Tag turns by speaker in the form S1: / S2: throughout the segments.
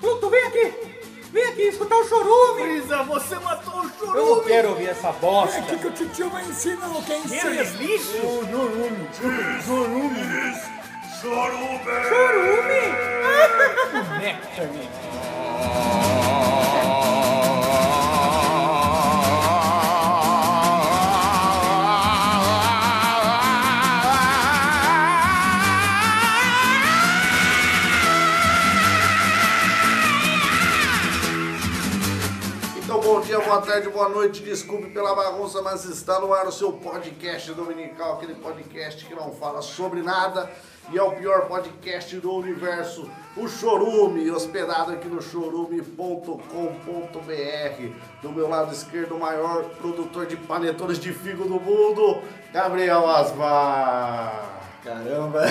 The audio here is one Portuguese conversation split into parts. S1: Pluto, vem aqui! Vem aqui escutar o chorume!
S2: Isa, você matou o
S1: Eu não
S2: chorume!
S1: quero ouvir essa bosta!
S3: que o titio vai ensinar o que
S4: é
S1: lixo?
S2: Chorume!
S1: Chorume?
S5: Então, bom dia, boa tarde, boa noite. Desculpe pela bagunça, mas está no ar o seu podcast dominical, aquele podcast que não fala sobre nada e é o pior podcast do universo, o Chorume, hospedado aqui no chorume.com.br. Do meu lado esquerdo, o maior produtor de panetones de figo do mundo, Gabriel Asmar.
S2: Caramba,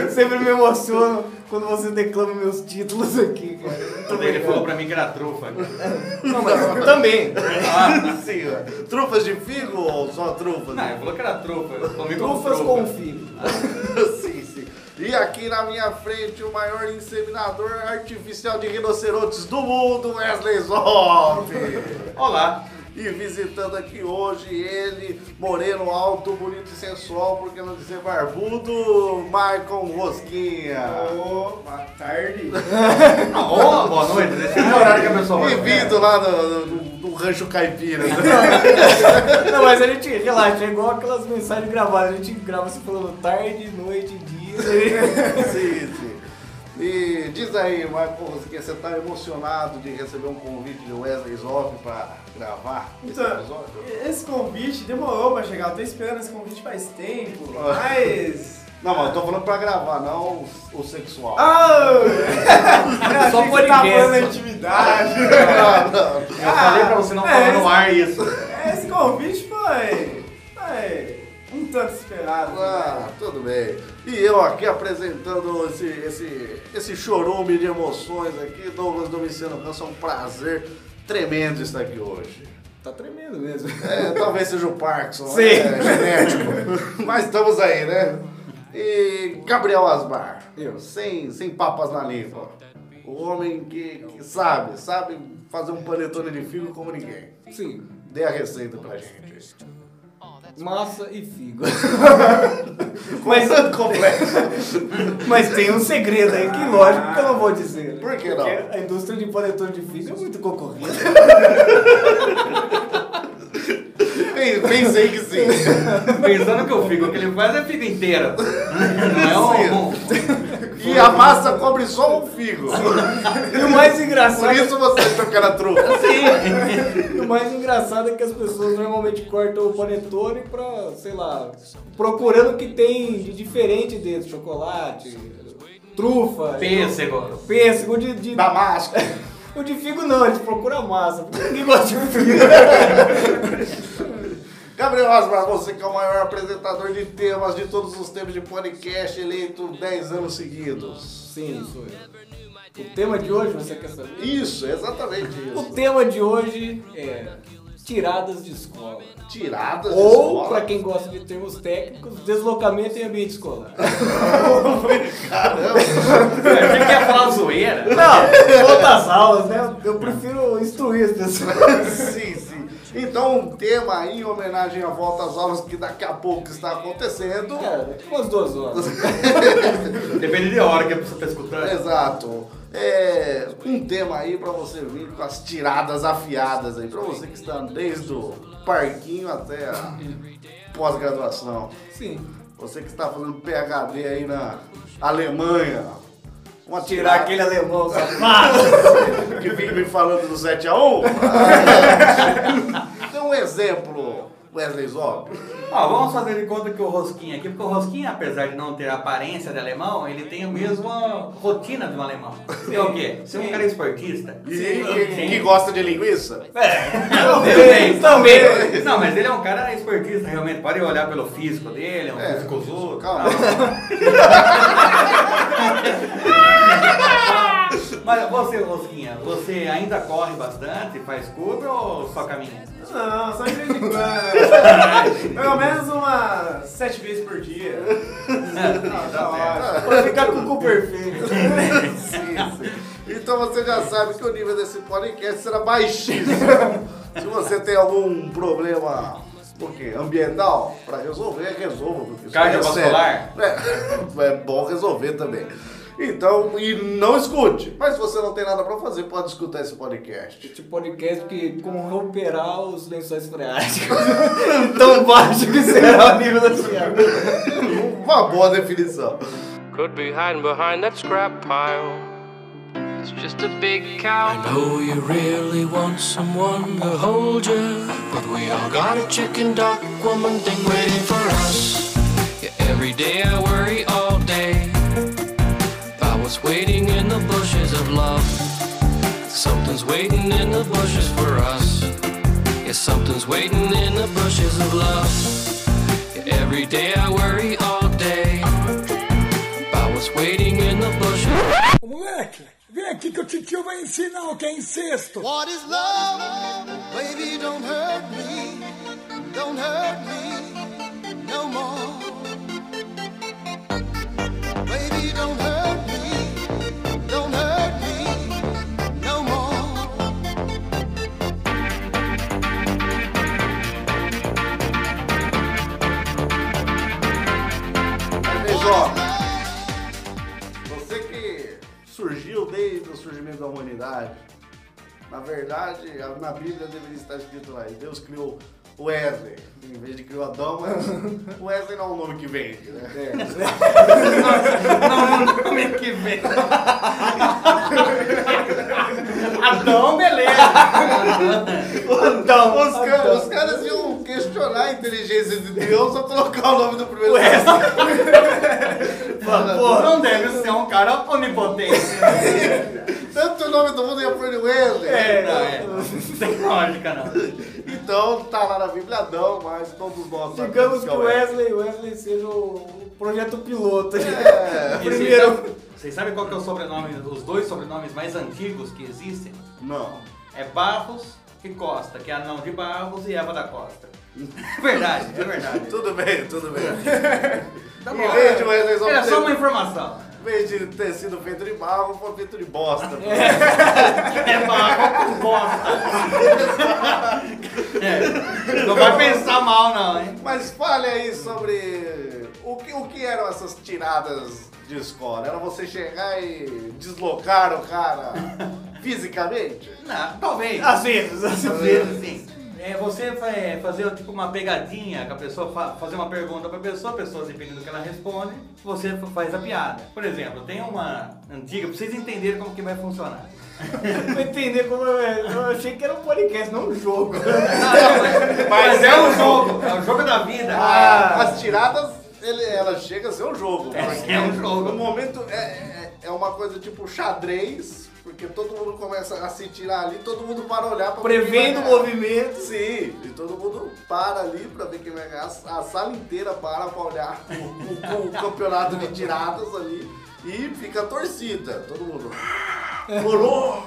S2: eu sempre me emociono quando você declama meus títulos aqui, cara.
S6: Quando ele falou pra mim que era trufa. cara.
S2: Não, mas também.
S5: Ah, Sim, ó. trufas de figo ou só trufas?
S6: Não, Ah, ele falou que era trufa. Eu comi como
S2: Trufas
S6: trufa.
S2: com filho.
S5: sim, sim. E aqui na minha frente, o maior inseminador artificial de rinocerontes do mundo, Wesley Zop.
S6: Olá.
S5: E visitando aqui hoje ele, moreno, alto, bonito e sensual, por que não dizer barbudo, Michael Rosquinha.
S2: Boa tarde.
S6: Ah, olá, boa noite. Esse é o horário que a pessoa vai.
S5: Bem-vindo lá do, do- do Rancho Caipira. né?
S2: Não, mas a gente relaxa, é igual aquelas mensagens gravadas. A gente grava se falando tarde, noite, dia.
S5: sim, sim. E diz aí, Michael Rosquinha, você tá emocionado de receber um convite de Wesley Zop para gravar esse
S4: Então,
S5: episódio?
S4: esse convite demorou pra chegar, eu tô esperando esse convite faz tempo,
S2: Ah.
S4: mas.
S5: Não, mas eu tô falando pra gravar, não o, o sexual.
S2: Ah, Só
S4: Oh! Só por tá
S2: podcast.
S4: falando intimidade.
S5: Não, não.
S6: Eu falei pra você não
S4: Ah,
S6: falar
S4: é
S6: no
S4: isso.
S6: ar isso.
S4: Esse convite foi. foi um tanto esperado.
S5: Ah, tudo bem. E eu aqui apresentando esse, esse, esse chorume de emoções aqui, Douglas Domiciano Canso, é um prazer tremendo estar aqui hoje.
S2: Tá tremendo mesmo.
S5: É, talvez seja o Parkinson,
S2: Sim.
S5: né? genético. Mas estamos aí, né? E Gabriel Asmar,
S2: Eu.
S5: Sem, sem papas na língua. O homem que, que sabe, sabe fazer um panetone de figo como ninguém.
S2: Sim,
S5: Dê a receita pra gente.
S2: massa e figo.
S4: Mas,
S5: Complexo.
S2: Mas tem um segredo aí que, lógico, que eu não vou dizer.
S5: Por que
S2: Porque
S5: não?
S2: a indústria de panetone de figo é muito concorrida.
S5: Pensei que sim.
S6: Pensando que o figo, o que ele faz é figo inteira. Não é um.
S5: E a massa cobre só um figo.
S2: E o mais engraçado... é
S5: Por isso você achou que era trufa.
S2: E o mais engraçado é que as pessoas normalmente cortam o panetone pra, sei lá, procurando o que tem de diferente dentro. Chocolate, trufa,
S6: um Pêssego.
S2: pêssego, de, de-
S5: Damasco.
S2: o de figo não, eles procuram massa, porque ninguém gosta de figo.
S5: Gabriel Asmar, você que é o maior apresentador de temas de todos os tempos de podcast, eleito 10 anos seguidos.
S2: Sim, sou eu. O tema de hoje, você quer saber?
S5: Isso, exatamente
S2: O
S5: isso.
S2: tema de hoje é tiradas de escola.
S5: Tiradas de
S2: Ou,
S5: escola.
S2: pra quem gosta de termos técnicos, deslocamento em ambiente escolar.
S6: Você quer falar zoeira?
S2: Não, outras aulas, né? Eu prefiro instruir as pessoas.
S5: sim, sim. Então, um tema aí em homenagem à volta às aulas que daqui a pouco está acontecendo.
S2: Cara, daqui umas duas horas.
S6: Depende de hora que a pessoa tá escutando.
S5: Exato. É um tema aí pra você vir com as tiradas afiadas aí, pra você que está desde o parquinho até a pós-graduação.
S2: Sim.
S5: Você que está fazendo PhD aí na Alemanha. Uma
S2: Tirar
S5: tirada
S2: aquele alemão safado.
S5: que vive me falando do 7 a 1. Ah, não. Então, um exemplo, Wesley Zop?
S6: Ó, vamos fazer de conta que o Rosquinha aqui, porque o Rosquinha, apesar de não ter a aparência de alemão, ele tem a mesma rotina de um alemão. Você é o quê? Você é um cara esportista?
S5: E que, que gosta de linguiça?
S6: Também, também. Não, mas ele é um cara esportista, realmente. Pode olhar pelo físico dele, é um
S5: É,
S6: físico zoado.
S5: calma.
S6: Tá. Mas você, Rosquinha, você ainda corre bastante, faz curva ou só caminha?
S4: Não, só de vez em quando. Pelo menos umas sete vezes por dia. Não, dá ótimo. Pra ficar com o cu perfeito.
S5: Então você já sabe que o nível desse podcast será baixíssimo. Se você tem algum problema o quê? ambiental para resolver, resolva. porque isso aí é
S6: Cardiovascular?
S5: sério. É, é bom resolver também. Então, e não escute. Mas se você não tem nada para fazer, pode escutar esse podcast.
S2: Este podcast que como recuperar os lençóis freáticos. Tão baixo que será o nível da Tiago.
S5: Uma boa definição.
S7: Could be hiding behind that scrap pile. It's just a big cow. I know you really want someone to hold you, but we all got a chicken duck woman thing waiting for us. Yeah, every day I worry all day about what's waiting in the bushes of love. Something's waiting in the bushes for us. Yeah, something's waiting in the bushes of love. Yeah, every day I worry all day. I was waiting in the bushes.
S3: Ô, moleque, vem aqui que o titio vai ensinar o que é incesto.
S8: What is love? Baby, don't hurt me. Don't hurt me no more. Baby, don't hurt me. Don't hurt me no more.
S5: Mas ó, você que surgiu desde o surgimento da humanidade, na verdade, a- na Bíblia deveria estar escrito lá, e Deus criou o Wesley, em vez de criou Adão, mas o Wesley não é um nome que vende, né?
S6: Como é que vem? Adão, beleza.
S5: Então, os, ca- os caras iam questionar a inteligência de Deus só colocar o nome do primeiro Wesley.
S6: Pô, não deve ser um cara onipotente.
S5: Tanto o nome do mundo ia pôr de Wesley.
S6: Não, é. Não tem lógica, não.
S5: Então, tá lá na Bíblia Adão, mas todos nós sabemos
S2: Digamos que
S5: é
S2: o Wesley, Wesley seja o projeto piloto.
S5: É.
S6: E vocês
S2: Primeiro.
S6: sabem- Vocês sabem qual que é o sobrenome, os dois sobrenomes mais antigos que existem?
S5: Não.
S6: É Barros e Costa, que é anão de Barros e Eva da Costa. É verdade, é verdade.
S5: Tudo bem, tudo bem.
S6: Tá
S5: Em
S6: bom.
S5: vez de Wesley Zop
S6: Era
S5: ter-
S6: só uma informação.
S5: Em vez de ter sido feito de barro, foi feito de bosta.
S6: É barro com bosta. É. Não vai pensar mal, não, hein?
S5: Mas fale aí sobre o que, o que eram essas tiradas de escola. Era você chegar e deslocar o cara fisicamente?
S6: Não, talvez.
S5: Ah,
S2: Às vezes, às
S6: Às
S2: vezes.
S6: vezes, sim. É, você fa- é, fazer tipo uma pegadinha com a pessoa, fa- fazer uma pergunta pra pessoa, a pessoa dependendo do que ela responde, você fa- faz a piada. Por exemplo, tem uma antiga, pra vocês entenderem como que vai funcionar.
S2: Pra entender como é. Eu achei que era um podcast, não um jogo.
S6: mas, é um jogo, é um jogo da vida.
S5: As tiradas, ele, ela chega a ser um jogo.
S6: É,
S5: porque
S6: Ah. é um jogo.
S5: No momento, é, é, é uma coisa tipo xadrez, porque todo mundo começa a se tirar ali, todo mundo para olhar pra ver quem
S2: Prevendo o
S5: vai ganhar.
S2: movimento.
S5: Sim, e todo mundo para ali pra ver quem vai ganhar. A sala inteira para pra olhar o, o- o campeonato de tiradas ali e fica a torcida. Todo mundo. Morou!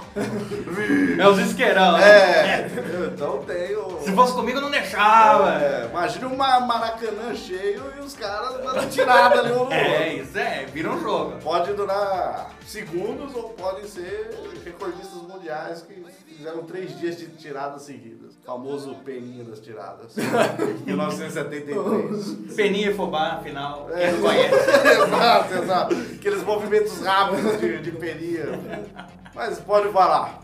S6: É os isqueirão. né?
S5: assim. É, então tem o.
S6: Se fosse comigo, eu não deixava.
S5: É, imagina uma maracanã cheio e os caras dando tirada ali um no outro.
S6: É, isso é, vira um jogo.
S5: Pode durar segundos ou podem ser recordistas mundiais que fizeram três dias de tiradas seguidas. O famoso peninha das tiradas. 1973.
S6: Peninha e fobá, afinal,
S5: É.
S6: quem não conhece.
S5: exato, exato. Aqueles movimentos rápidos de, de peninha. Mas pode falar.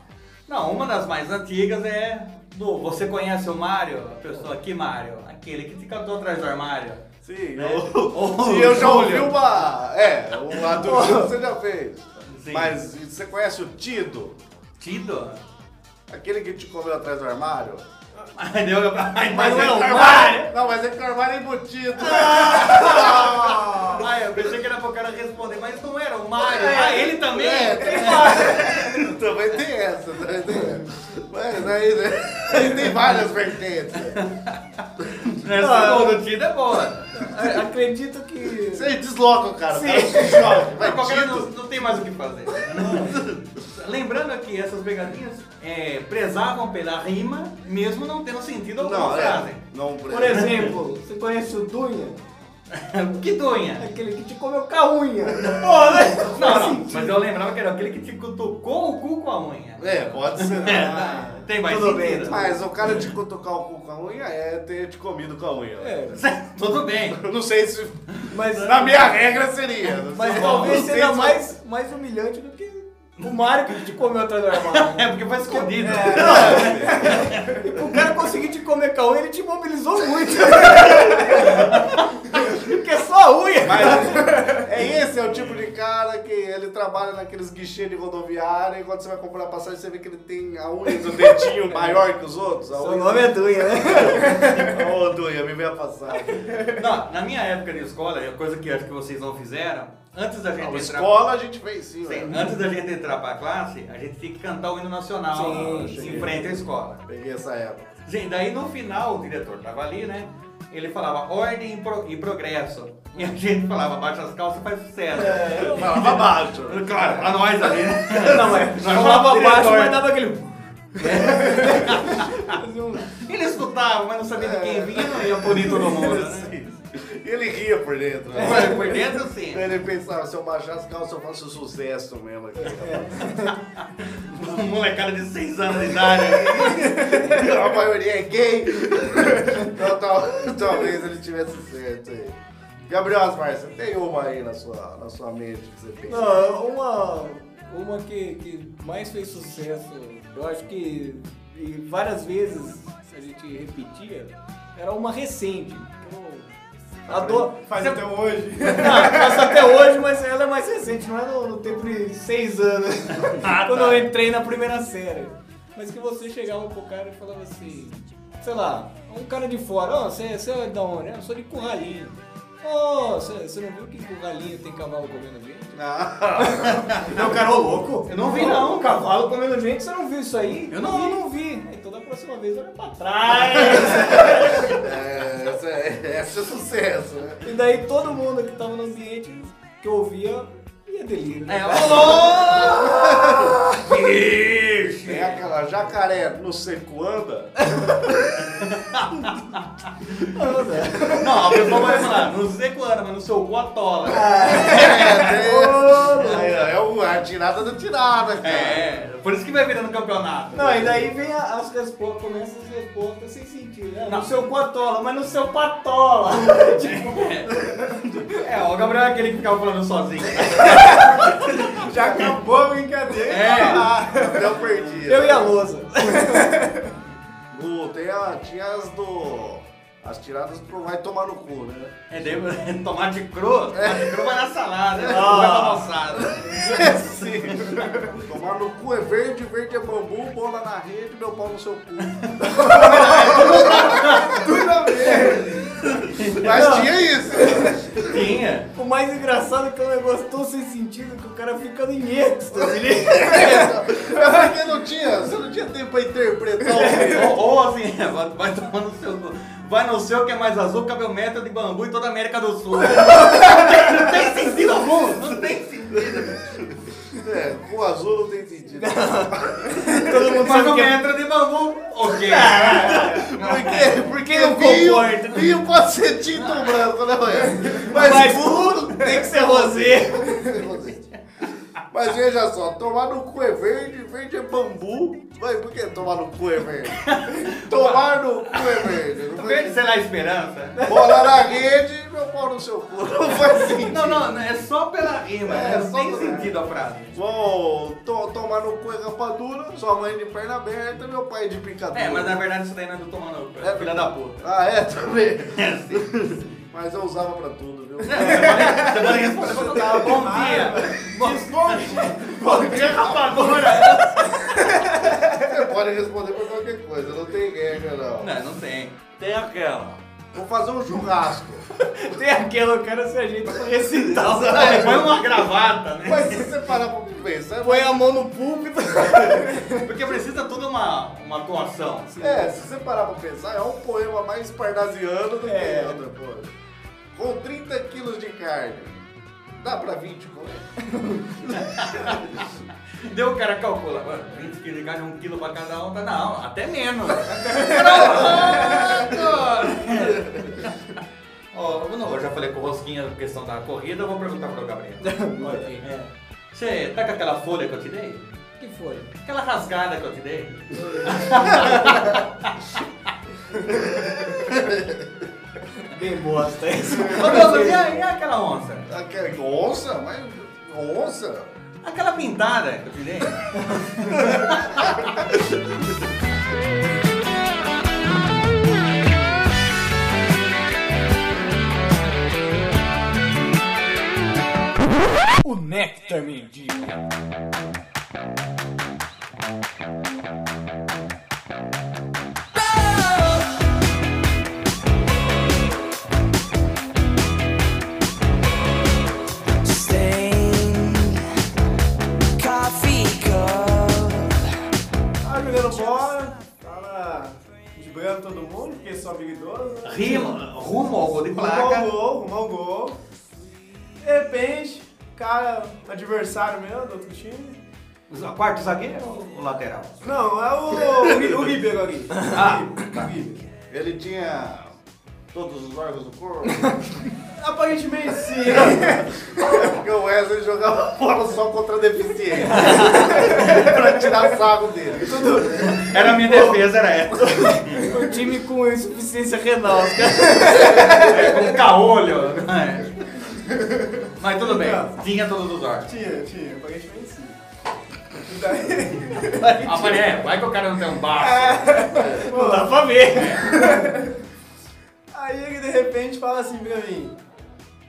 S6: Não, uma das mais antigas é do Você conhece o Mário? A pessoa, que Mário? Aquele que te cantou atrás do armário.
S5: Sim,
S6: Né?
S5: eu,
S6: Ô,
S5: sim, eu já ouvi um-
S6: Júlio.
S5: uma. É, o a do Júlio você já fez.
S6: Sim.
S5: Mas você conhece o Tido?
S6: Tido?
S5: Aquele que te comeu atrás do armário?
S6: Aí deu pra. Ai,
S5: Mas é
S6: mas não,
S5: Carvalho. Não, mas é Carvalho embutido.
S6: Ai, eu pensei que era pro cara responder, mas não era o Mário.
S5: É.
S6: Ah, ele também?
S5: Também Então, tem essa, também tem essa. Mas aí, né, aí tem várias vertentes.
S6: Essa condutida é boa.
S2: Acredito que.
S5: Você desloca o cara, o cara se joga, vai
S6: Mas qualquer um não,
S5: tido.
S6: não tem mais o que fazer. Lembrando que essas pegadinhas é, prezavam pela rima, mesmo não tendo sentido alguma
S5: Não,
S6: frase.
S5: é, não
S2: Por exemplo, você conhece o Dunha? É
S6: que donha.
S2: Aquele que te comeu com a unha.
S6: Não, não, mas eu lembrava que era aquele que te cutucou o cu com a unha.
S5: É, tá. pode ser.
S6: É, tem mais
S2: tudo
S6: sentido.
S2: bem,
S5: Mas o cara te cutucar o cu com a unha é ter te comido com a unha. né?
S6: Tudo bem.
S5: Eu não sei se.
S2: É, Mas,
S5: Na minha regra seria. Não
S2: mas
S5: sei-
S2: talvez
S5: não sei
S2: seja
S5: se-
S2: mais, mais humilhante do que o Mário que te comeu atrás do armário.
S6: É porque foi escondido.
S2: E pro cara conseguir te comer com a unha, ele te mobilizou muito. Porque é só a unha.
S5: Mas é esse é o tipo de cara que ele trabalha naqueles guichês de rodoviária e quando você vai comprar passagem você vê que ele tem a unha do dedinho maior que os outros. A
S2: Seu
S5: unha.
S2: nome é Dunha, né?
S5: Ô, Dunha, me vê a passagem.
S6: Não, na minha época de escola, é coisa que eu acho que vocês não fizeram, antes da gente
S5: Na
S6: entrar.
S5: escola a gente fez sim,
S6: Sim,
S2: né?
S5: velho.
S6: antes da gente entrar pra classe, a gente tinha que cantar o hino nacional
S2: Sim,
S6: em frente à escola.
S5: Peguei essa época.
S6: Sim, daí no final o diretor tava ali, né? Ele falava ordem e, pro- e progresso. E a gente falava baixa as calças e faz sucesso.
S5: Falava baixo. né?
S6: Claro, pra nós ali. né?
S2: Não, mas
S6: Nós
S2: falava
S6: falava
S2: baixo,
S6: diretor.
S2: mas dava aquele...
S6: Ele escutava, mas não sabia de quem vinha, não ia punir todo mundo, né?
S5: E ele ria por dentro. né?
S2: É.
S6: Mas Por dentro, sim.
S5: Ele pensava, se eu baixar as calças eu faço sucesso mesmo aqui.
S6: Um molecada de 6 anos de idade.
S5: A maioria é gay. Então tal- talvez ele tivesse certo aí. Gabriel Asmar, você tem uma aí na sua, na sua mente que você pensa?
S2: Não, uma, uma que, que mais fez sucesso, eu acho que e várias vezes a gente repetia, era uma recente. que eu Adoro.
S4: Faz
S5: um
S4: até hoje.
S2: Ah, faço até hoje, mas ela é mais recente, não é no, no tempo de seis anos. quando eu entrei na primeira série. Mas que você chegava pro cara e falava assim, sei lá, um cara de fora, ó, você você é da onde? Eu sou de Curralinho. Ô, você você não viu que em Curralinho tem cavalo comendo gente?
S4: Não, cara, ô louco.
S6: Eu não vi, não.
S2: Um cavalo comendo gente, você não viu isso aí?
S6: Eu não vi.
S2: Eu não vi. Então da próxima vez olha pra trás.
S5: É, essa, é, essa é sucesso, né?
S2: e daí todo mundo que tava no ambiente que ouvia ia delírio. né?
S6: É, alô!
S5: Tem É aquela jacaré no seco anda.
S6: Não, a pessoa vai falar, não sei quando, mas no seu cu atola.
S5: É, é, o- é a tirada da tirada, cara.
S6: É, por isso que vai virando campeonato.
S2: Não, e daí vem a- as respostas, começa as respostas sem sentido. Né? No seu quatola, mas no seu patola. Tipo,
S6: É, o Gabriel é aquele que ficava falando sozinho. né?
S4: Já acabou a brincadeira.
S6: É.
S5: Eu perdi. né?
S2: Eu e a lousa.
S5: No- tem a, tinha as do. As tiradas pro vai tomar no cu, né?
S6: É, daí, tomate cru, tomate cru vai na salada, né? vai pra moçada.
S5: Sim. tomar no cu é verde, verde é bambu, bola na rede, meu pau no seu cu. Tudo a ver. Mas tinha isso.
S6: Tinha.
S2: O mais engraçado é que é um negócio tão sem sentido que o cara fica em êxtase. né?
S5: É porque não tinha, você não tinha tempo pra interpretar o
S6: Ou, ou assim, vai, vai tomar no seu. Vai no seu que é mais azul, cabelo metro de bambu e toda a América do Sul. não, tem, não tem sentido algum, não tem sentido.
S5: É, com azul não tem sentido.
S2: Todo mundo
S6: Mas
S2: sabe
S6: o
S2: que é
S6: metro de bambu, ok. é.
S5: Porque, porque
S2: Eu
S5: vinho,
S2: concordo.
S5: vinho pode ser tinto branco, né, mãe? Mas,
S2: Mas
S5: burro
S2: tem que ser rosé.
S5: Mas veja só, tomar no cu é verde, verde é bambu. Mas por que tomar no cu é verde? tomar no cu é verde. Não
S6: Verde,
S5: foi...
S6: sei lá, esperança.
S5: Bola na rede, meu pau no seu cu. Não assim. faz sentido.
S6: Não, não, é só pela rima, né?
S5: É,
S6: não
S5: só
S6: tem
S5: pela-
S6: sentido a frase.
S5: Vou to- tomar no cu é rapadura, sua mãe de perna aberta, meu pai de picadura.
S6: É, mas na verdade isso daí não é do tomando.
S5: É,
S6: filha da puta.
S5: Ah, é? Também. Mas eu usava pra tudo, viu?
S6: Você pode responder pra tocar. Bom dia!
S5: Você pode responder pra qualquer coisa, não tem guerra não.
S6: Não, não tem. Tem aquela.
S5: Vou fazer um churrasco.
S4: é.
S2: Tem aquela, o cara se ajeita tá pra recitar.
S6: Não, põe uma gravata, né?
S5: Mas se você parar pra pensar,
S2: Põe a mão no púlpito.
S6: Porque precisa toda uma, uma atuação.
S5: é, se você parar pra pensar, é um poema mais parnasiano do
S2: É.
S5: que outra coisa. Com 30 quilos de carne, dá pra 20 comer?
S6: Deu o cara calcula, mano, 20 quilos de carne, 1 quilo pra cada um, tá não, até menos. Caralho! Ó, eu não, eu já falei com o Rosquinha a questão da corrida, eu vou perguntar pro Gabriel.
S2: É.
S6: Você tá com aquela folha que eu te dei?
S2: que foi?
S6: Aquela rasgada que eu te dei?
S2: Bem bosta isso.
S6: Ô, Douglas, e, a- e aquela onça?
S5: Aquela onça? Mas onça?
S6: Aquela pintada que eu te dei?
S4: O Nectar Mendigo. Tá jogando bola, tá na... Brigando todo mundo, porque só Big 12. né?
S6: Rima, rumo ao gol de
S4: Placa.
S6: placa.
S4: Rumo ao gol, rumo ao gol. De repente, cara, adversário meu, do outro time.
S6: O quarto zagueiro ou o lateral?
S4: Não, é o, o, Ri- o Ribeiro ali. Ah, o Ribeiro.
S5: Ele tinha todos os órgãos do corpo.
S4: Aparentemente sim.
S5: É porque o Wesley jogava bola só contra deficiente. pra tirar sarro dele.
S6: Era a minha defesa, era essa.
S2: Um time com insuficiência renal. os caras-
S6: Com caolho. né? Mas tudo bem, tinha todos os órgãos.
S4: tinha, tinha, aparentemente sim. E daí,
S6: Ah, mas é, vai que o cara não tem um baço.
S4: não dá pra ver. Aí ele de repente fala assim pra mim: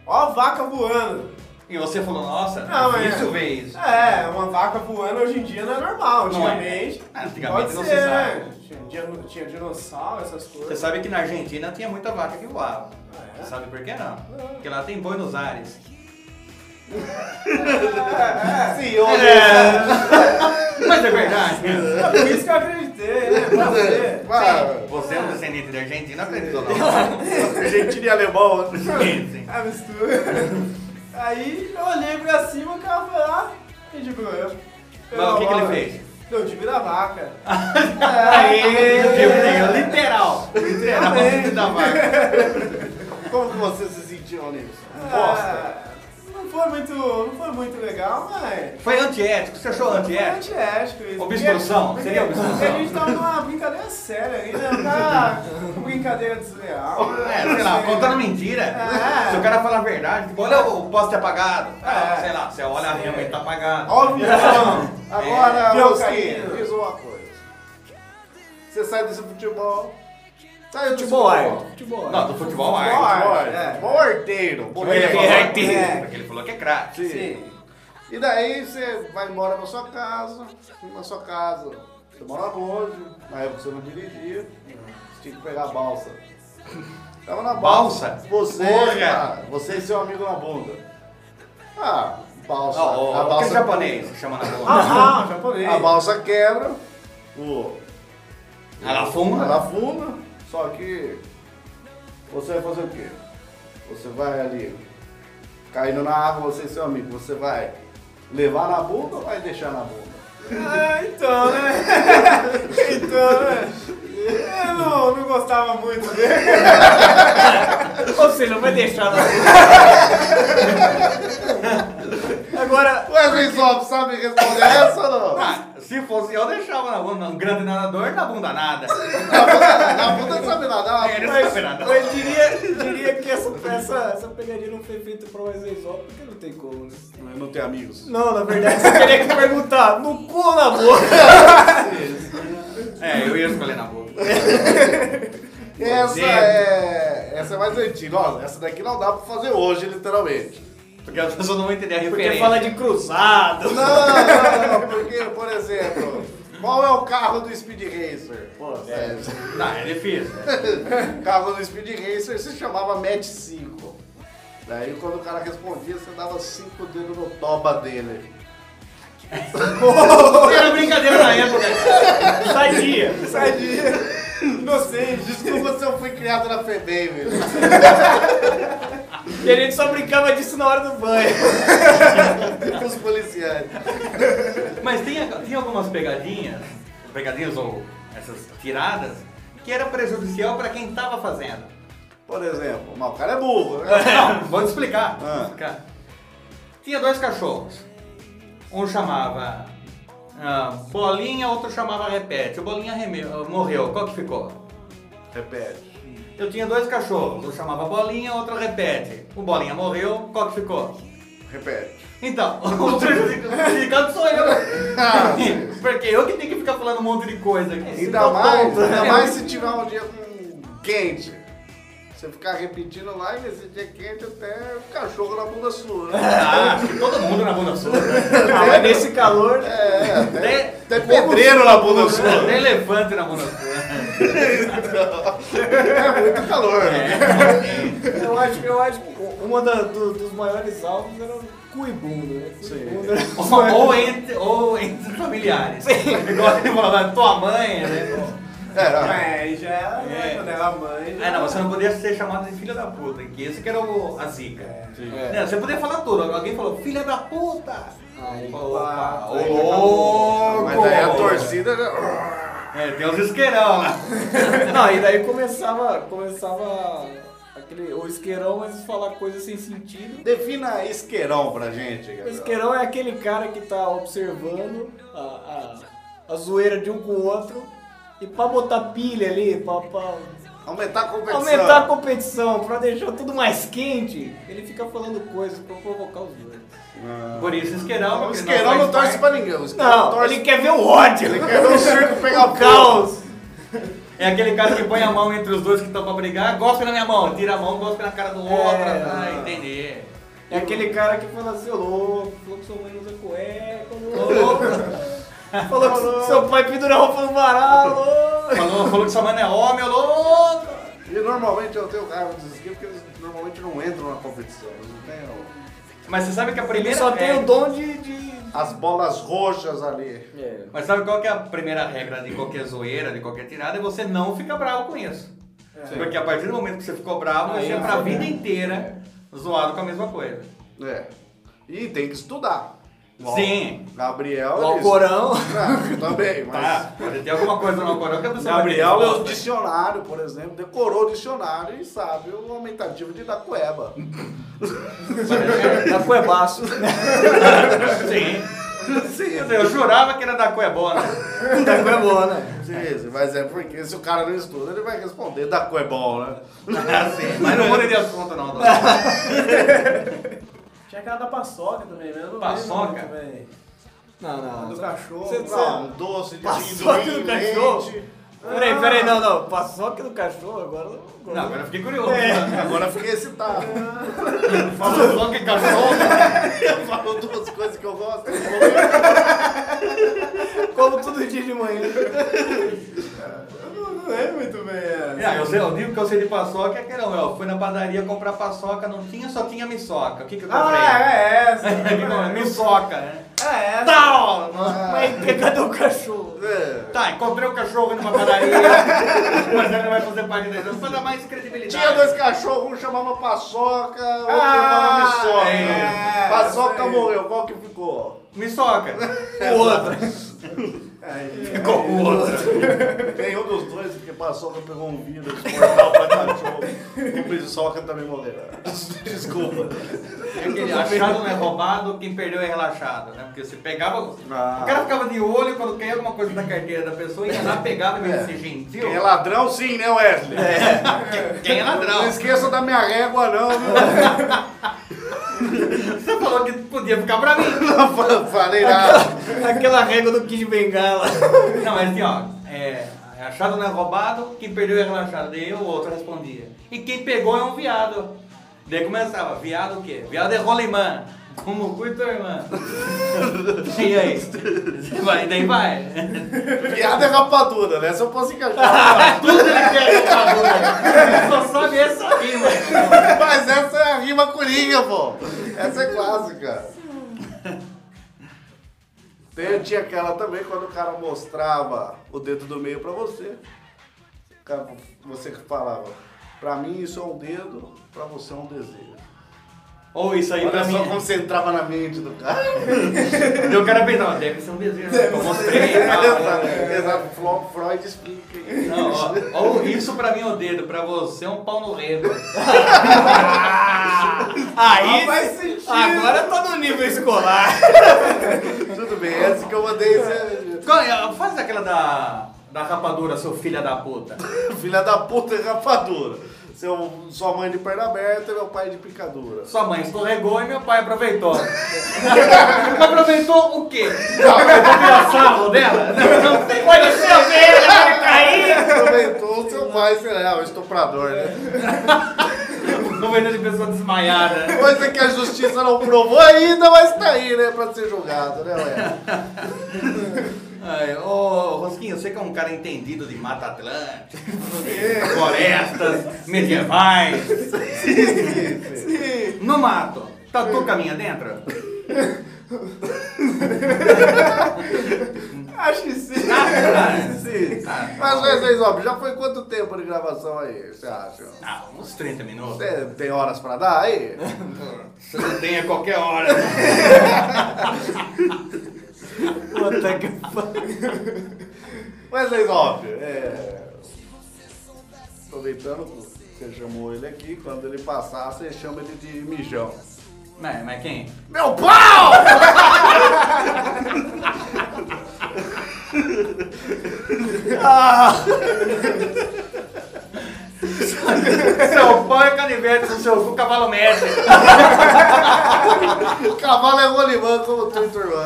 S4: Ó, a vaca voando.
S6: E você falou, nossa,
S4: Não, é.
S6: isso vê isso.
S4: É, uma vaca voando hoje em dia não é normal.
S6: Não é.
S4: Antigamente.
S6: Ah, antigamente
S4: pode
S6: não se
S4: ser,
S6: sabe.
S4: né? Tinha, dino- tinha dinossauro, essas
S6: Você
S4: coisas.
S6: sabe que na Argentina tinha muita vaca que voava.
S4: Ah, é?
S6: Sabe por que não? Porque lá tem Buenos Aires.
S5: Senhor,
S6: Mas é verdade. né?
S4: É por isso que eu acreditei, né? Pra ver.
S5: Claro.
S6: Você é um descendente da Argentina, aprendeu não.
S5: Argentina e alemão.
S6: Sim, sim.
S4: É A mistura. Aí eu olhei pra cima, o cara foi lá e de boa.
S6: Mas o que que ele fez?
S4: Deu de da vaca.
S6: Eu digo, é Literal. Literal.
S4: Amém.
S6: da vaca.
S5: Como que você se sentiu nisso? Bosta.
S4: Ah, Não foi muito, não foi muito legal, mas...
S6: Foi antiético. Você achou
S4: É
S6: antiético?
S4: antiético isso.
S6: Obstrução?
S4: Porque-
S6: Seria obstrução?
S4: Porque a gente
S2: tá
S4: tava numa brincadeira séria ali, né? Não tá com brincadeira desleal.
S6: É, sei lá, contando mentira.
S4: É.
S6: Se o cara fala a verdade, tipo, olha o o poste apagado. Ah,
S4: É.
S6: sei lá, você olha a realmente tá apagado.
S4: Óbvio, não.
S5: Agora,
S4: Meu
S5: Rosquinha,
S4: carinho.
S5: diz uma coisa. Você sai desse futebol. Sai do
S2: Futebol
S5: futebol. é.
S2: arte. Futebol é.
S6: Não, do futebol
S4: Futebol
S6: arte.
S4: arte.
S5: Futebol
S4: É.
S5: arte. Futebol arteiro.
S6: Porque ele,
S5: Bonito.
S6: falou,
S2: É.
S6: porque ele falou que é craque.
S5: Sim. E daí você vai embora pra sua casa, na sua casa. Você mora longe, na época você não dirigia, você tinha que pegar a balsa. Tava na balsa.
S6: Balsa?
S5: Você,
S6: Porra!
S5: cara, você e seu amigo na bunda. Ah, balsa.
S6: Ó, ó,
S5: a,
S6: ó, aquele
S5: balsa
S6: japonês que chama na bola.
S4: Ah, japonês.
S5: a balsa quebra, o,
S6: Ela fuma.
S5: ela afunda, só que você vai fazer o quê? Você vai ali, caindo na água, você e seu amigo, você vai levar na bunda ou vai deixar na bunda?
S2: É,
S4: Ah, então, né? então, né? Eu não, não gostava muito dele.
S2: Ou seja, vai deixar lá.
S4: Agora,
S5: Wesley Zop sabe responder essa ou não?
S6: Ah, se fosse eu, deixava na bunda. Um grande nadador na bunda nada.
S5: Na puta não sabe nada. é
S6: Ele é não
S4: mas,
S6: sabe nadar.
S4: mas diria,
S2: diria que essa, essa, essa pegadinha não foi feita pra mais exótico, porque não tem como, né?
S5: Não tem amigos.
S2: Não, na verdade, você teria que perguntar no cu ou na boca?
S6: É, eu ia escolher na boca.
S5: Essa é. Essa é mais antiga. Ó, essa daqui não dá pra fazer hoje, literalmente.
S6: Porque as pessoas não vão entender a
S2: Porque
S6: referência.
S2: fala de cruzado.
S5: Não, não, não, não, porque, por exemplo, Qual é o carro do Speed Racer? Pô, sério.
S6: Não, é difícil.
S5: O carro do Speed Racer se chamava Match 5. Daí quando o cara respondia, você dava 5 dedos no toba dele.
S6: Era brincadeira na época. Sadia.
S5: Sai de... Inocente. Desculpa se eu fui criado na FEBEM, velho.
S2: E a gente só brincava disso na hora do banho.
S5: Com os policiais.
S6: Mas tem, tem algumas pegadinhas, pegadinhas ou essas tiradas, que era prejudicial pra quem tava fazendo.
S5: Por exemplo, mas o cara é burro, né?
S6: Não, vou te explicar. vou te
S5: Ah.
S6: explicar. Tinha dois cachorros. Um chamava ah, Bolinha, outro chamava Repete. O Bolinha reme- morreu. Qual que ficou?
S5: Repete.
S6: Eu tinha dois cachorros. Um chamava Bolinha, outro Repete. O Bolinha morreu. Qual que ficou?
S5: Repete.
S6: Então, o prejudicado sou eu. Porque eu que tenho que ficar falando um monte de coisa aqui.
S5: Ainda mais, ainda mais se tiver um dia com quente. Você ficar repetindo lá e nesse dia quente até o cachorro na bunda sua. né?
S6: Ah, acho que todo mundo na bunda sua. né?
S2: Ah, mas nesse calor,
S5: É, até,
S6: Até,
S5: até pedreiro na bunda sua.
S6: até elefante na bunda sua.
S5: É muito calor. né?
S2: eu acho, eu acho que uma da- do- dos maiores alvos era o cuibundo, né? Cuibundo era-
S6: Ou, ou entre, ou entre familiares. Igual ele falou, "Ah, tua mãe, né?
S4: É, já era mãe,
S2: né,
S6: É.
S4: quando era mãe. já-
S6: Ah, não, você não podia ser chamado de filha da puta, que esse que era o, a zica.
S2: É.
S6: Não, você podia falar tudo, alguém falou, filha da puta!
S2: Aí,
S6: Opa,
S2: aí,
S6: ô, louco!
S5: Mas daí a torcida. né?
S6: É, tem uns isqueirão lá.
S2: Não, e daí começava, começava aquele, o isqueirão, mas falar coisa sem sentido.
S5: Defina isqueirão pra gente,
S2: O
S5: Gabriel.
S2: isqueirão é aquele cara que tá observando a, a, a zoeira de um com o outro e pra botar pilha ali, pra, pra
S5: Aumentar a competição.
S2: aumentar a competição, pra deixar tudo mais quente, ele fica falando coisas pra provocar os outros.
S6: Por isso, isqueirão.
S5: O
S6: porque
S5: isqueirão
S6: nós
S5: não
S6: faz
S5: torce
S6: parte.
S5: pra ninguém. O isqueirão
S2: Não,
S5: torce
S2: ele quer ver o ódio,
S5: Ele quer ver o circo pegar o
S2: caos.
S6: É aquele cara que põe a mão entre os dois que estão pra brigar, gosta na minha mão, tira a mão, gosta na cara do outro.
S2: É,
S6: ah,
S2: não.
S6: entender.
S2: É aquele cara que fala assim, ô louco, falou que sua mãe não usa cueca, ô louco. Falou que seu pai pendura a roupa no varal, ô louco.
S6: Falou, falou que sua mãe não é homem, ô louco.
S5: E normalmente eu tenho raiva dos isqueiros porque eles normalmente não entram na competição. Eles não têm o-
S6: Mas você sabe que a
S2: Ele
S6: primeira
S2: só
S6: regra...
S2: tem o dom de... de...
S5: as bolas roxas ali.
S2: É.
S6: Mas sabe qual que é a primeira regra de qualquer zoeira, de qualquer tirada? É você não ficar bravo com isso. Porque a partir do momento que você ficou bravo,
S2: Aí
S6: você é pra
S2: foi,
S6: vida inteira zoado com a mesma coisa.
S5: É. E tem que estudar.
S6: Sim.
S2: O
S5: Gabriel. eles-
S2: Alcorão.
S5: Ah, eu também, mas.
S6: Tá, pode ter alguma coisa no coral que a pessoa
S5: Gabriel
S6: vai
S5: é
S6: ter
S5: o dicionário, por exemplo, decorou o dicionário e sabe o aumentativo de da cueba.
S2: Da cuebaço.
S6: Sim. Quer dizer,
S5: Sim,
S6: Eu jurava que era da Coebona.
S2: Da cuebona.
S5: sim, mas é porque se o cara não estuda, ele vai responder da cuebol, né?
S6: Sim, mas não muda de assunto não, Dom.
S4: Tinha aquela da paçoca também, né? Eu não lembro
S6: Paçoca?
S4: muito bem.
S2: Não, não.
S4: Do cachorro. Ah,
S2: Cê- cê-
S5: Não, um doce de
S2: Paçoca
S5: amendoim,
S2: do cachorro?
S5: leite.
S2: Peraí, peraí, não, não. Paçoca do cachorro agora... eu Ah. não gosto.
S6: Não, agora eu fiquei curioso.
S4: É.
S5: Agora eu fiquei excitado.
S6: Falou só que cachorro.
S4: É.
S5: Falou duas coisas que eu gosto.
S2: Como todo dia de manhã.
S4: Não lembro muito bem. é.
S6: É, eu sei, eu digo que eu sei de paçoca é que não, eu fui na padaria comprar paçoca, não tinha, só tinha miçoca. O que que eu comprei?
S4: Ah, é essa.
S6: É que não, é miçoca, né?
S4: É essa.
S6: Tal! Nossa.
S2: Mas pegado é o cachorro.
S5: É.
S6: Tá, encontrei um cachorro numa padaria, mas ele não vai fazer parte da história, pra dar mais credibilidade.
S5: Tinha dois cachorros, um chamava Paçoca, outro
S4: Ah,
S5: chamava Miçoca.
S4: é,
S5: Paçoca
S4: sei.
S5: morreu, qual que ficou?
S6: Miçoca.
S2: O outro.
S6: Ficou o outro.
S5: Nenhum dos dois, porque Paçoca pegou um vírus mortal pra cachorro. O Miçoca também morreu. Desculpa.
S6: Aquele achado não é roubado, quem perdeu é relaxado, né? Porque você pegava...
S5: Ah.
S6: O cara ficava de olho quando caía alguma coisa na carteira da pessoa, ia lá, pegava e ia ser gentil.
S5: Quem é ladrão, sim, né, Wesley?
S6: Quem é
S5: Não
S6: ladrão?
S5: esqueça da minha régua, não, viu?
S6: Você falou que podia ficar pra mim.
S5: Não falei nada.
S2: Aquela régua do Kid Bengala.
S6: Não, mas assim, ó, é, achado não é roubado, quem perdeu é relaxado. Daí eu, o outro respondia. E quem pegou é um viado. Daí começava, viado o quê? Viado é rolemã. Como fui tua irmã. e aí? Você vai, daí vai.
S5: Piada é rapadura, né? Se eu posso encaixar.
S6: Só sabe essa aqui, né? mano.
S5: Mas essa é a rima coringa, pô. Essa é clássica. Tem, tinha aquela também quando o cara mostrava o dedo do meio pra você. O cara- Você que falava, pra mim isso é um dedo, pra você é um desejo.
S6: Ou isso aí pra
S5: Olha
S6: mim.
S5: só como você entrava na mente do cara.
S6: Daí o cara pensava, deve ser um desejo. né? Eu mostrei. e tal,
S5: Exato,
S6: né?
S5: exato. Flo- Freud explica aí.
S6: Não, ó, ó, isso pra mim é o dedo, pra você é um pau no rego.
S2: Aí,
S4: Ah, faz sentido.
S2: agora tá no nível escolar.
S5: Tudo bem, essa que eu mandei você.
S6: Qual é? Faz aquela da, da rapadura, seu filho da puta.
S5: é Filha da puta e rapadura. Seu, sua mãe de perna aberta e meu pai de picadura.
S6: Sua mãe escorregou e meu pai aproveitou. aproveitou o quê? Aproveitou a sarro dela? Não, não tem
S2: Olha o seu velho, vai cair.
S5: Aproveitou o seu pai, sei lá, o estuprador, né?
S6: coisa de pessoa desmaiada. né?
S5: Coisa é que a justiça não provou ainda, mas tá aí, né? Pra ser julgado, né, ué?
S6: Ai, ô, Rosquinha, você que é um cara entendido de Mata Atlântica, florestas, medievais. No mato, tá tatu caminha dentro?
S4: Acho que sim.
S5: Sim. Mas, mas, mas, ó, já foi quanto tempo de gravação aí, você acha?
S6: Ah, uns 30 minutos.
S5: Cê tem horas pra dar aí?
S6: Você não tem a qualquer hora.
S2: Puta que pariu.
S5: Mas, aí, ó, é... Tô deitando, com- você chamou ele aqui, quando ele passar, você chama ele de mijão.
S6: Mas, mas quem?
S5: Meu pau!
S6: Seu pau é canivete, no seu cu cavalo mestre.
S5: O cavalo é rolimã como tu, turma.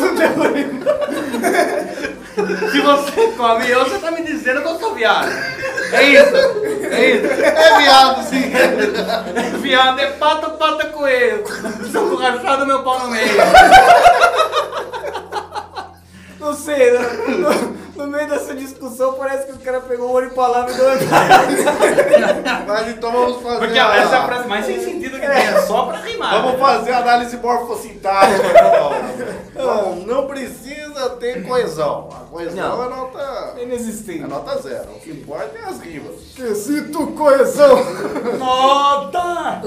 S6: um Se você come eu, você tá me dizendo que eu sou viado. É isso, é isso.
S5: É viado, sim.
S6: Viado é pato, pata, coelho. Seu cu rachado, meu pau no meio.
S2: Não sei, né? no, no meio dessa discussão parece que o cara pegou o olho pra lá e deu
S5: Mas então vamos fazer.
S6: Porque ó, essa é a frase mais sem sentido que tem, é só pra rimar.
S5: Vamos fazer a análise morfossintática. então. Bom, não precisa ter coesão. A coesão é nota. É
S2: inexistente.
S5: nota zero. O que importa é as rimas.
S3: Quesito coesão.
S6: É
S2: Nota!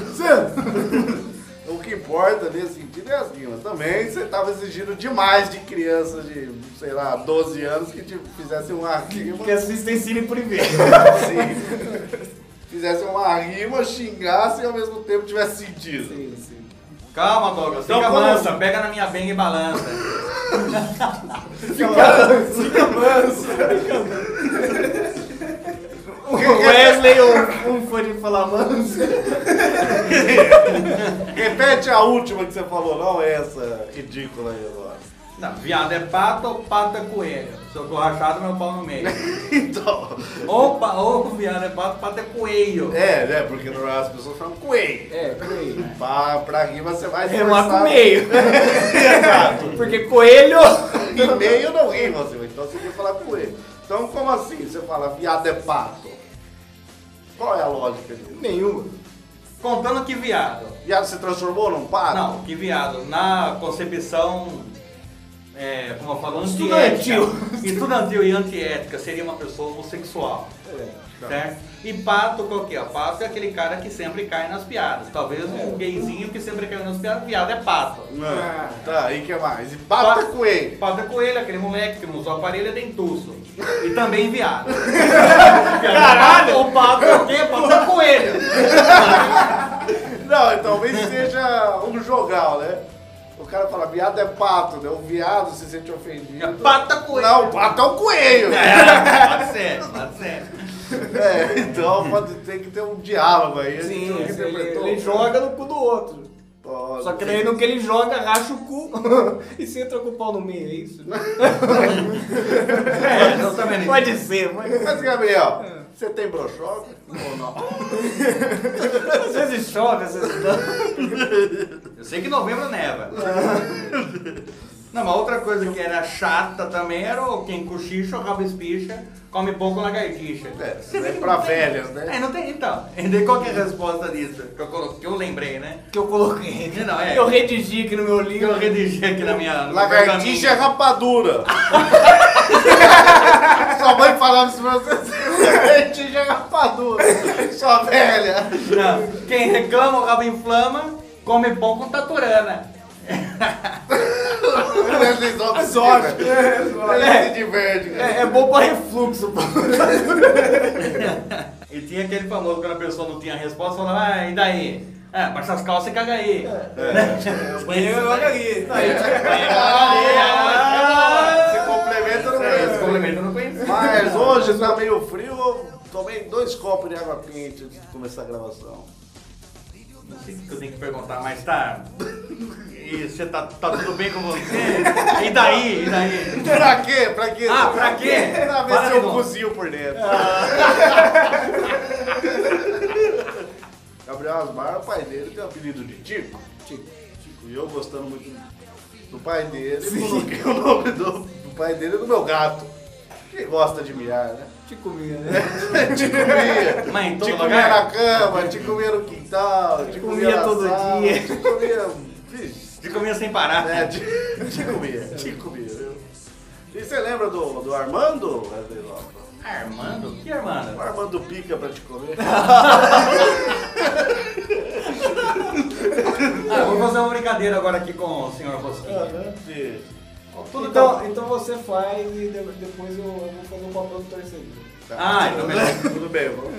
S5: O que importa nesse sentido é as rimas. Também você tava exigindo demais de crianças de, sei lá, 12 anos que te fizessem uma rima.
S2: Que assiste em cine privê.
S5: Sim. Fizesse uma rima, xingasse e ao mesmo tempo tivesse sentido.
S6: Calma, Douglas,
S5: Então
S6: fica
S5: vamos.
S6: mansa, pega na minha benga e balança.
S2: O Wesley, um, um fã de falar manso.
S5: Repete a última que você falou, não essa ridícula aí agora.
S6: Não, viado é pato, pata, coelho. Seu cu rachado, meu pau no meio.
S5: Então,
S6: Opa, ô, viado é pato, pata, é coelho.
S5: é, né? Porque normalmente as pessoas falam coelho.
S2: É, coelho.
S5: Pra, pra rima você vai
S2: Remar É, com
S5: esforçar-
S2: um meio.
S5: Exato.
S2: Porque coelho.
S5: E meio não rima, assim, então você tem que falar coelho. Então como assim você fala viado é pato? Qual é a lógica disso?
S2: Nenhuma.
S6: Contando que viado.
S5: Viado se transformou num pato?
S6: Não, que viado. Na concepção, é, como eu falo,
S2: Estudantil.
S6: antiética. Estudantil e antiética seria uma pessoa homossexual. Certo? E pato qual que é? Pato é aquele cara que sempre cai nas piadas. Talvez um gayzinho que sempre caiu nas piadas, viado é pato.
S5: Ah, Tá, e que mais? E pato é coelho.
S6: Pato é coelho, aquele moleque que não usa aparelho é dentuço. E também viado.
S2: Caralho!
S6: O pato é o quê? Pato é coelho.
S5: Não, e talvez seja um jogal, né? O cara fala, viado é pato, né? O viado se sente ofendido.
S6: É pato é coelho. Tá
S5: Não, o pato é o coelho.
S6: Pode ser, pode ser.
S5: É, então pode ter que ter um diálogo aí.
S2: Sim,
S5: Então,
S2: ele,
S5: interpretou.
S2: ele joga no cu do outro.
S5: Pode.
S2: Só que daí no que ele joga, racha o cu e você entra com o pau no meio, é isso?
S6: É, não também.
S2: Pode ser, mas.
S5: Mas, Gabriel, Você tem broxope ou é- não?
S2: Às vezes chove, às vezes não.
S6: Eu sei que em novembro neva. Não, mas outra coisa que era chata também era o quem cochicha, o rabo espicha, come pouco lagartixa.
S5: É, isso é pra velhas, né?
S6: É, não tem então. E daí qual que é a resposta disso? Que eu, colo- que eu lembrei, né?
S2: Que eu coloquei.
S6: Não, é.
S2: Eu redigi aqui no meu
S6: Que
S2: livro.
S6: eu redigi aqui na minha. no
S5: Lagartixa é
S6: pergaminho.
S5: rapadura. Sua mãe falava isso pra você. Lagartixa é rapadura. Sua velha.
S6: Não. Quem reclama, o rabo inflama, come pão com taturana.
S5: Eles
S2: Exótico.
S5: observam.
S2: É.
S5: Eles se divertem. cara.
S2: É, é bom pra refluxo, pô.
S6: E tinha aquele famoso quando a pessoa não tinha resposta, falava, ah, e daí? Ah, baixa as calças e caga aí. É.
S2: Banheiro logo ali.
S6: tipo,
S5: Ah, Se complementa no
S6: Esse
S5: mesmo.
S6: complemento eu não conhecia.
S5: Mas hoje tá meio frio, eu tomei dois copos de água quente antes de começar a gravação.
S6: Não sei o que eu tenho que perguntar, mas tá. E você tá, tá tudo bem com você? E daí? E daí?
S5: Pra quê? Pra quê?
S6: Ah, pra quê?
S5: Pra ver
S6: Para
S5: se
S6: de
S5: eu
S6: novo. Ah.
S5: cozinho por dentro. Gabriel Asmar, é o pai dele tem o apelido de Tico. Tico. E eu gostando muito do pai dele, coloquei o nome do, do pai dele e do meu gato. Que gosta de miar, né?
S2: Te comia, né?
S5: Te comia.
S6: Mas em
S5: te
S6: todo
S5: comia
S6: lugar?
S5: na cama, te comia no quintal, te,
S2: comia
S5: na
S2: todo
S5: sala,
S2: dia.
S5: Te comia. Vixe,
S6: De comia sem parar.
S5: né? Te, te comia, te comia, viu? E você lembra do, do Armando, Wesley Lopes?
S6: Ah, Armando? Que
S5: O
S6: Armando?
S5: Armando pica pra te comer.
S6: Ah, vou fazer uma brincadeira agora aqui com o senhor Rosquinha.
S5: Vixe.
S6: Tudo
S2: Então, então você faz e de- depois eu eu vou fazer o papel do torcedor.
S6: Ah, então beleza.
S5: Tudo bem, vamos.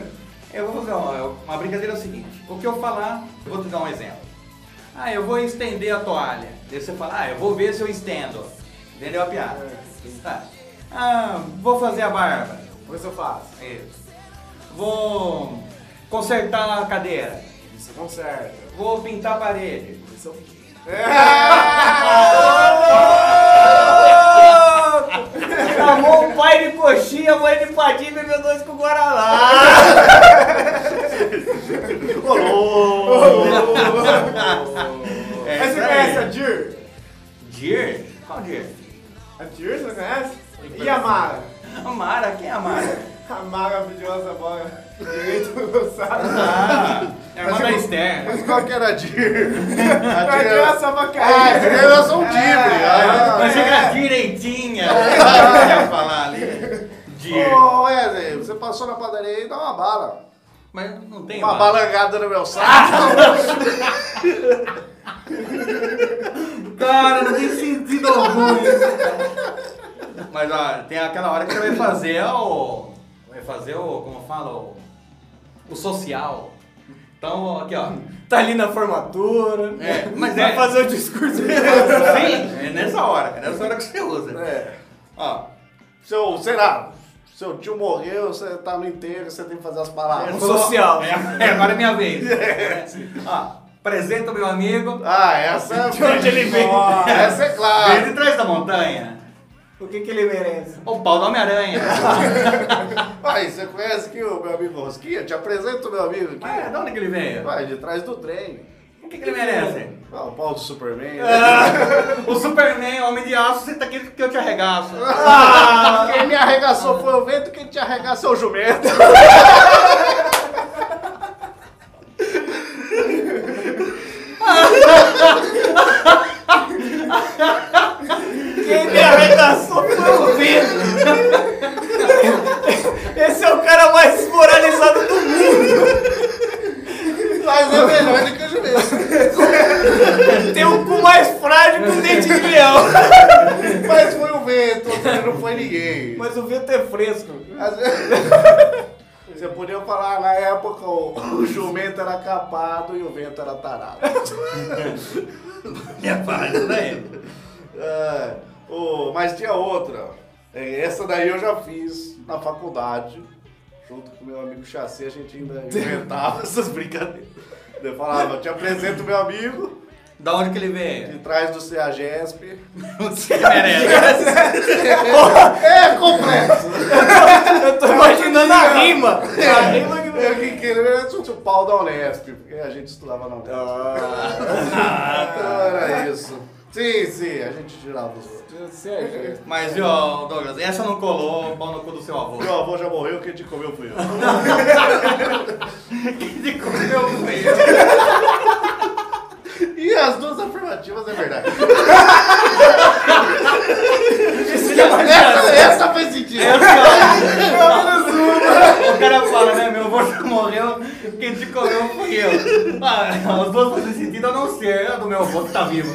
S6: Eu vou fazer uma, uma brincadeira é o seguinte. O que eu falar, eu vou te dar um exemplo. Ah, eu vou estender a toalha. Daí você fala, ah, eu vou ver se eu estendo. Entendeu a piada?
S2: É,
S6: Tá. Ah, vou fazer a barba.
S2: Depois eu faço.
S6: Isso. Vou consertar a cadeira.
S2: Você conserta.
S6: Vou pintar a parede.
S2: Isso eu Chamou o pai de coxinha, a mãe de padinha e bebeu dois com Guaraná.
S6: É,
S4: Mas você conhece a Jir?
S6: Dir? Qual Dir?
S4: A Jir, você conhece? E a Mara?
S6: Amara, quem é Amara?
S4: A maravilhosa bola direito lançada.
S6: Ah, é a irmã
S5: Mas
S6: da
S5: eu-
S6: Esther.
S5: Mas qual que era a Dir? A
S4: A
S5: Dir
S4: Jir
S5: era
S4: é só pra
S5: Ah, a Dir
S4: cair.
S5: era só um timbre.
S6: Mas
S5: Ah,
S6: era direitinha. Eu ia falar ali. Dir.
S5: Ô, Wesley, você passou na padaria aí, dá uma bala.
S6: Mas não tem
S5: Uma
S6: mano.
S5: balangada no meu saco.
S6: Cara, não tem sentido algum isso, cara. Mas ó, tem aquela hora que você vai fazer o. Vai fazer o. Como fala? O, o social. Então, aqui ó.
S2: Tá ali na formatura.
S6: É, mas
S2: vai
S6: é.
S2: fazer o discurso.
S6: Sim, é nessa hora, é nessa hora que você usa.
S5: É.
S6: Ó,
S5: Seu, sei lá, seu tio morreu, você tá no enterro, você tem que fazer as palavras.
S2: sou- um Social.
S6: É, é, agora é minha vez. Ó, apresenta o meu amigo.
S5: Ah, essa é. De
S2: onde ele veio?
S5: Essa é
S6: Vem de
S5: clara.
S6: trás da montanha.
S2: O que, que ele merece?
S6: O pau do Homem-Aranha.
S5: Aí, você conhece aqui o meu amigo Rosquinha? Te apresento o meu amigo aqui.
S6: Mas É, de onde que ele veio?
S5: Vai, de trás do trem.
S6: O que, que ele merece?
S5: Ah, o pau do Superman.
S6: O Superman, homem de aço, senta aqui que eu te arregaço.
S5: Quem me arregaçou foi o vento, quem te arregaçou é o jumento.
S2: Quem me arregaçou foi o Vitor. Esse é o cara mais desmoralizado do mundo.
S5: Mas é melhor do que o jumento.
S2: Tem um cu mais frágil que um dente de leão.
S5: Mas foi o vento, ou seja, não foi ninguém.
S2: Mas o vento é fresco.
S5: Às vezes- Você podia falar, na época o, o jumento era capado e o vento era tarado.
S6: Minha página, né?
S5: É, o- mas tinha outra. É, Essa daí eu já fiz na faculdade. Junto com meu amigo Chassi, a gente ainda inventava essas brincadeiras. Eu falava, te apresento meu amigo,
S6: Da onde que ele veio?
S5: de trás do CEAGESP.
S6: Você merece.
S5: É complexo!
S2: Eu tô imaginando a rima. queima! A queima que não
S5: Eu É. que queria era o pau da Unesp, porque a gente estudava na Unesp. Então era isso. Sim, sim, a gente tirava os outros.
S2: Sérgio,
S6: Mas, viu, ó, Douglas, essa não colou, pau no cu do seu avô.
S5: Meu avô já morreu, quem te comeu fui eu.
S6: De cu, meu filho.
S5: E as duas afirmativas é verdade.
S2: é
S5: essa, essa faz sentido.
S6: é O cara fala, né, meu avô já morreu, quem te comeu fui eu. Ah, as duas fazem sentido a não ser a do meu avô que tá vivo.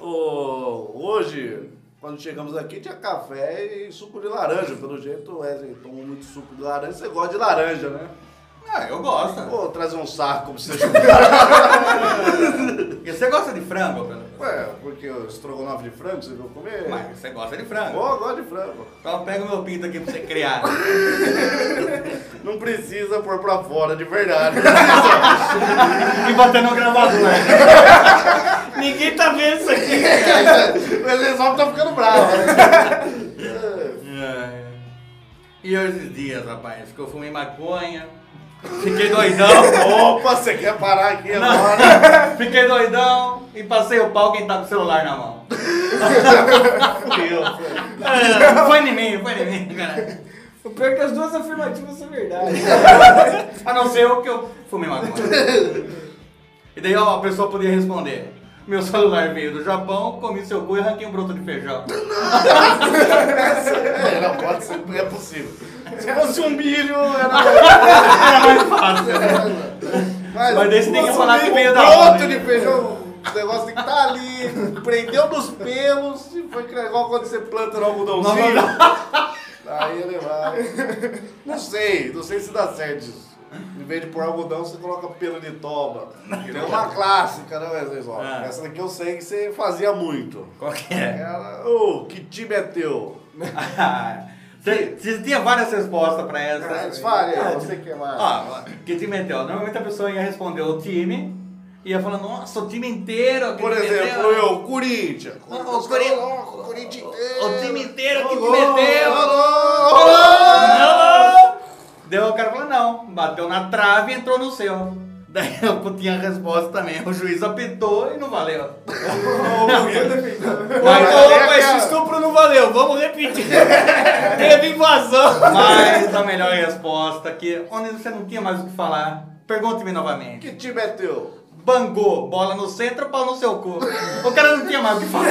S5: Ô, hoje, quando chegamos aqui, tinha café e suco de laranja. Pelo jeito, o Wesley tomou muito suco de laranja. Você gosta de laranja, né?
S6: Ah, eu gosto.
S5: Vou trazer um saco pra você jogar.
S6: E você gosta de frango, pelo menos?
S5: Ué, porque o estrogonofe de frango você viu comer?
S6: Mas você gosta de frango.
S5: Ó, gosto de frango.
S6: Então pega o meu pinto aqui pra você criar.
S5: Não precisa pôr pra fora, de verdade.
S6: E bater no gravador.
S2: ninguém tá vendo isso aqui.
S5: o Wesley só tá ficando bravo. né?
S6: Ai. E é esses dias, rapaz, que eu fumei maconha, fiquei doidão,
S5: Opa, você quer parar aqui agora?
S6: fiquei doidão e passei o pau quem tá com o celular na mão. É, Foi em mim, foi em mim, cara.
S2: O pior é que as duas afirmativas são verdade.
S6: A não ser o que eu fumei maconha. E daí ó, a pessoa podia responder. Meu celular veio do Japão, comi seu cu e arranquei um broto de feijão.
S5: É, não pode ser, não é possível. Se fosse um milho, era
S6: Era mais fácil. né?
S5: Mas,
S6: Mas daí você tem que
S5: nossa,
S6: falar
S5: meio
S6: com o meio da
S5: broto
S6: hora,
S5: de
S6: né?
S5: feijão. O negócio tem que estar ali, prendeu nos pelos, e foi que igual quando você planta no algodãozinho. Aí ele vai. Não sei, não sei se dá certo isso. Em vez de pôr algodão, você coloca pelo de toba. Tem uma clássica, né, Wesley? Ó,
S6: Ah.
S5: Essa daqui eu sei que você fazia muito.
S6: Qual que é?
S5: Ela, ô, que time é teu?
S6: Você você tinha várias respostas pra essa.
S5: Mas fale, aí, você que é mais.
S6: Ó, que time meteu? Normalmente a pessoa ia responder o time, ia falar, nossa, o time inteiro. que
S5: Por
S6: te
S5: exemplo,
S6: meteu."
S5: eu, Corinthians.
S6: O- o
S5: Os caras
S6: Corin-
S5: loucos, o Corinthians inteiro.
S6: O time é inteiro que te
S5: Alô,
S6: meteu.
S5: alô,
S6: Alô? Deu o cara falou, não, bateu na trave e entrou no seu. Daí eu tinha a resposta também. O juiz apitou e não valeu.
S2: Mas,
S5: mas é
S2: opa,
S5: aquela-
S2: esse estupro não valeu, vamos repetir. Teve invasão.
S6: Mas a melhor resposta que onde você não tinha mais o que falar, pergunte-me novamente.
S5: Que time é teu?
S6: Bangou, bola no centro, pau no seu cu. O cara não tinha mais o que falar.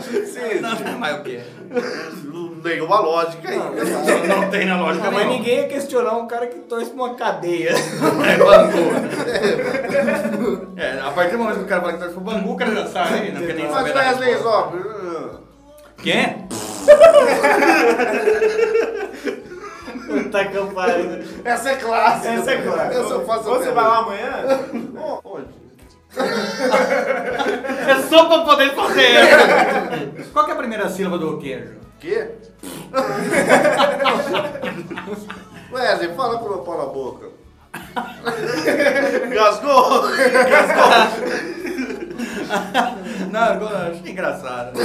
S5: Sim,
S6: Não tem mais o que.
S5: nenhuma lógica aí.
S6: Não tem na lógica,
S2: Mas ninguém ia questionar um cara que torce pra uma cadeia.
S6: É Bangu. É, a partir do momento que o cara fala que torce pro Bangu, o cara já sabe, né? não quer nem
S5: Mas
S6: saber. da
S5: Wesley,
S6: resposta.
S5: ó,
S6: Quem?
S2: Tá camparando.
S5: essa é clássica.
S2: Essa é clássica.
S5: Essa eu faço
S4: Ou você
S5: até
S4: vai
S5: hoje.
S4: lá amanhã?
S5: Ó, Onde?
S6: É só pra poder fazer essa. Qual que é a primeira sílaba do queijo?
S5: Quê? Wesley, fala com o meu pau na boca. Gasgou?
S6: Não, eu achei engraçado.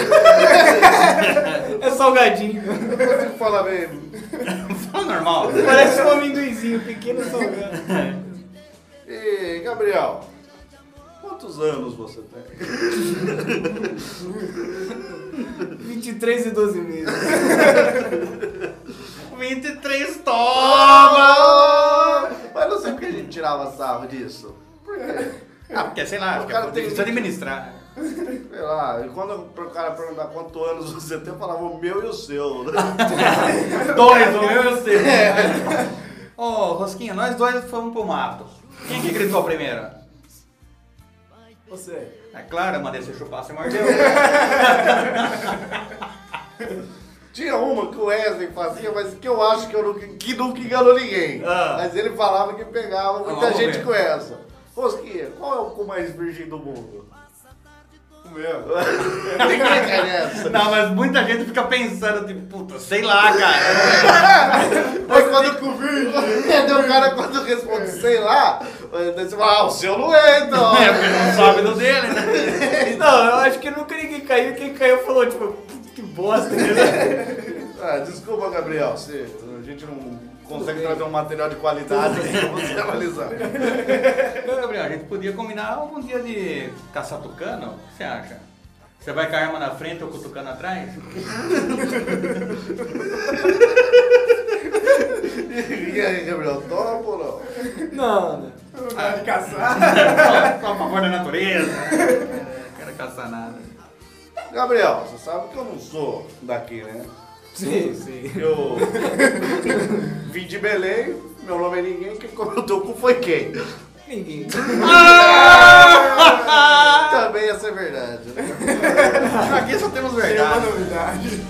S2: É salgadinho.
S5: Você fala mesmo.
S6: Fala Tá normal.
S2: Parece um amendoizinho, pequeno salgado.
S5: E Gabriel, quantos anos você tem?
S2: 23 e 12 meses.
S6: 23 toma!
S5: Mas não sei porque a gente tirava sarro disso.
S6: Ah, porque sei lá, acho que
S5: cara
S6: é
S5: tem-
S6: difícil administrar.
S5: Sei lá, e quando o cara perguntar quantos anos você tem, eu falava o meu e o seu. né?
S6: Dois, o meu eu sei. Ô, Rosquinha, nós dois fomos pro mato. Quem que gritou primeiro?
S4: Você.
S6: É claro, eu mandei você chupar, você mordeu.
S5: Tinha uma que o Wesley fazia, mas que eu acho que, eu nunca, que nunca enganou ninguém.
S6: Ah.
S5: Mas ele falava que pegava muita
S6: vamos
S5: gente
S6: ver.
S5: com essa. Rosquinha, qual é o cu mais virgem do mundo? O meu. Ninguém quer essa.
S6: Não, mas muita gente fica pensando, tipo, puta, sei lá, cara.
S5: Mas quando que o virgem? o um cara quando responde, sei lá, daí você fala, ah, o seu não é, então.
S6: É, porque não sabe do dele, né?
S2: Não, eu acho que nunca ninguém caiu. Quem caiu falou, tipo, que bosta. né?
S5: É, Ah, desculpa, Gabriel, se a gente não consegue trazer um material de qualidade pra você analisar.
S6: Ô, Gabriel, "Ah, a gente podia combinar algum dia de caçar tucano? O que você acha? Você vai com a arma na frente ou com o tucano atrás?
S5: E aí, Gabriel, topa ou não?
S2: Não, né?
S6: Ah, Só a favor da natureza. Não quero caçar nada.
S5: Gabriel, você sabe que eu não sou daqui, né?
S2: Sim, sim.
S5: Eu vim de Belém, meu nome é ninguém, quem comeu teu cu foi quem?
S2: Ninguém.
S5: Também essa é verdade, né?
S6: Aqui só temos
S2: É
S6: verdade.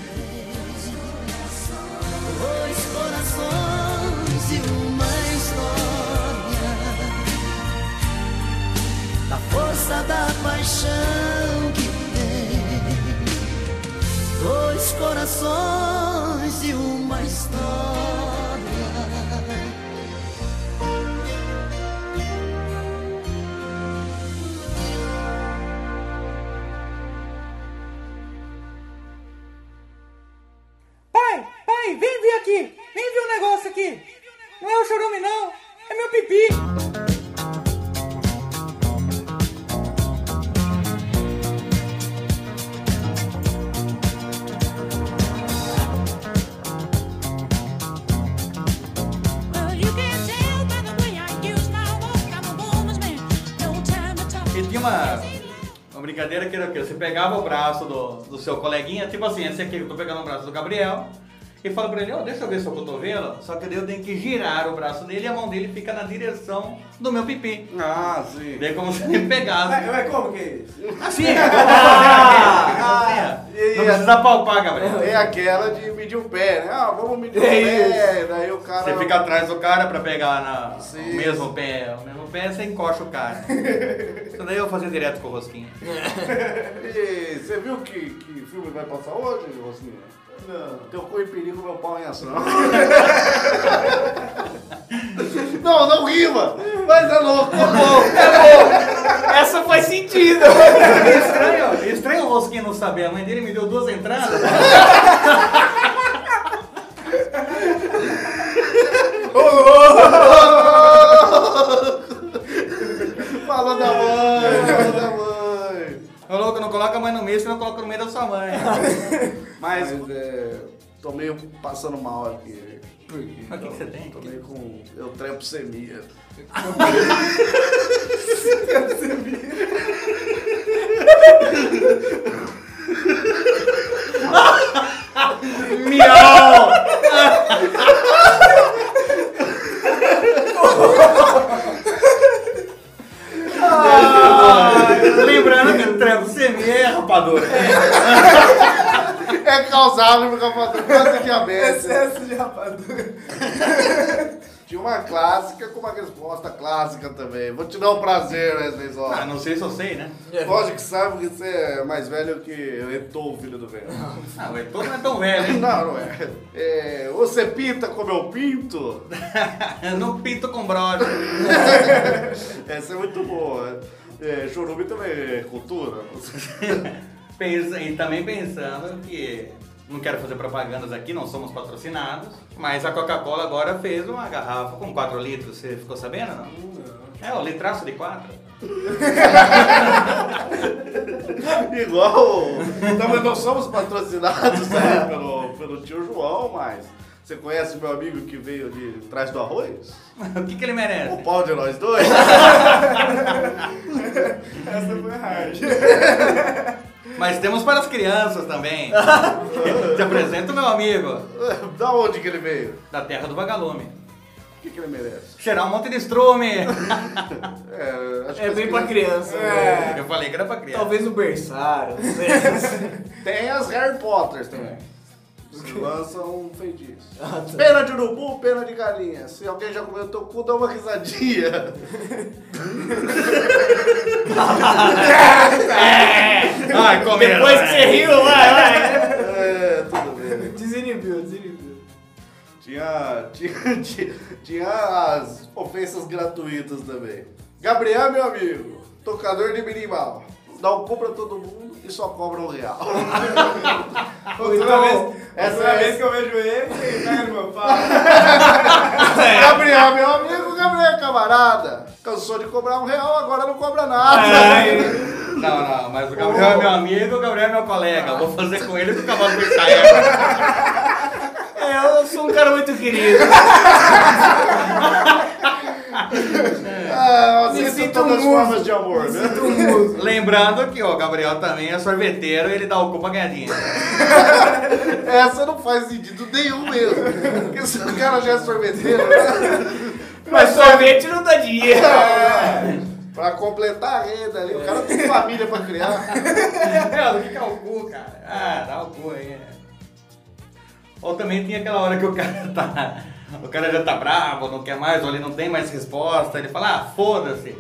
S8: Dois corações e uma história Da força da paixão que tem Dois corações e uma história
S1: Pai, pai, vem ver aqui. Vem ver um negócio aqui. Não é o chorume, não. É meu pipi.
S9: Well, you can tell by the way I use my walk, I'm a woman's man. No time to talk.
S6: E tinha uma, uma brincadeira que era o quê? Você pegava o braço do, do seu coleguinha, tipo assim, esse aqui, eu tô pegando o braço do Gabriel, e fala pra ele, ó, deixa eu ver seu cotovelo, só que daí eu tenho que girar o braço dele e a mão dele fica na direção do meu pipi.
S5: Ah, sim.
S6: Daí é como se ele pegasse.
S4: Mas como que é isso?
S6: Assim, eu vou fazer aqui, assim, ó.
S5: e-
S6: não precisa palpar, Gabriel.
S5: É aquela de medir o pé, né? Ah, vamos medir o pé. Daí o cara.
S6: Você fica atrás do cara pra pegar na,
S5: Sim.
S6: o mesmo pé, o mesmo pé, você encoxa o cara. Isso daí eu vou fazer direto com o rosquinha.
S5: E você viu que, que filme vai passar hoje, Rosinha? Não. Teu cu em perigo, meu pau em ação. não, não rima! Mas é louco, é louco!
S2: Essa faz sentido.
S6: É Estranho, estranho o Rosquinha não saber. A mãe dele me deu duas entradas.
S5: Falou da mãe, falou da mãe.
S6: Ô louco, não coloca a mãe no meio, senão coloca no meio da sua mãe.
S5: Mas, é, tô meio passando mal aqui. Por quê?
S6: Mas o que que você tem?
S5: Tô meio com. Eu trepsemia.
S6: Miau! Ah, Lembrando que trevo semi é rapadura.
S5: É causado por causa da diabetes.
S4: Excesso de rapadura.
S5: Tinha uma clássica com uma resposta clássica também. Vou te dar um prazer, Wesley Zó.
S6: Ah, não sei se eu sei, né?
S2: É.
S5: Lógico que sabe que você é mais velho que eu Etou, filho do velho.
S6: Ah, o Heitor não é tão velho, hein?
S5: Não, não é. É, Você pinta como eu pinto?
S6: Eu não pinto com brother.
S5: Essa é muito boa. É, chorume também é cultura.
S6: Pensa, e também pensando que não quero fazer propagandas aqui, não somos patrocinados, mas a Coca-Cola agora fez uma garrafa com 4 litros, você ficou sabendo? Não? É, o litraço de 4.
S5: Igual. Também não somos patrocinados
S2: É.
S5: né, pelo, pelo tio João, mas. Você conhece meu amigo que veio de trás do arroz?
S6: o que, que ele
S5: O
S6: merece?
S5: pau de nós dois?
S4: Essa foi hard.
S6: Mas temos para as crianças também. Te apresento meu amigo,
S5: da onde que ele veio?
S6: da terra do vagalume.
S5: O que, que ele merece?
S6: Cheirar um monte de estrume.
S5: É, acho que
S2: É
S5: as
S2: bem pra
S5: crianças-
S2: criança. né?
S4: É.
S6: Eu falei que era pra criança.
S2: Talvez o berçário. não sei.
S5: Tem as Harry Potters também. Que lançam um feitiço. Pena de urubu, pena de galinha. Se alguém já comeu teu cu, dá uma risadinha.
S6: Ai, comeram,
S2: Depois que
S6: né?
S2: você riu, vai, vai.
S5: É, tudo bem.
S2: Desinibiu, desinibiu.
S5: Tinha, tinha, tinha, tinha as ofensas gratuitas também. Gabriel, meu amigo, tocador de minimal. Dá um cu pra todo mundo e só cobra um real.
S4: Outra
S2: Então-
S4: vez,
S5: Essa
S4: Essa
S5: é-
S4: vez que eu vejo ele, ele pega no meu pau.
S5: Gabriel, meu amigo, Gabriel, camarada. Cansou de cobrar um real, agora não cobra nada.
S6: Não, não, mas o Gabriel é meu amigo, o Gabriel é meu colega. Eu Vou fazer com ele o que o cavalo me caiu.
S2: É, eu sou um cara muito querido.
S5: Ah, eu
S2: Me
S5: aceito
S2: sinto
S5: todas as
S2: um muso.
S5: formas de amor, né?
S2: um
S6: Lembrando que ó, o Gabriel também é sorveteiro e ele dá o cu pra ganhadinha.
S5: Essa não faz sentido nenhum mesmo. Porque se o cara já é sorveteiro. né?
S2: Mas sorvete não dá dinheiro.
S5: É. Pra completar a renda ali, o cara tem família pra criar.
S6: É, o que que é o cu, cara? Ah, dá o cu aí. né? Ou também tem aquela hora que o cara tá. O cara já tá bravo, não quer mais, ou ele não tem mais resposta, ele fala, ah, foda-se.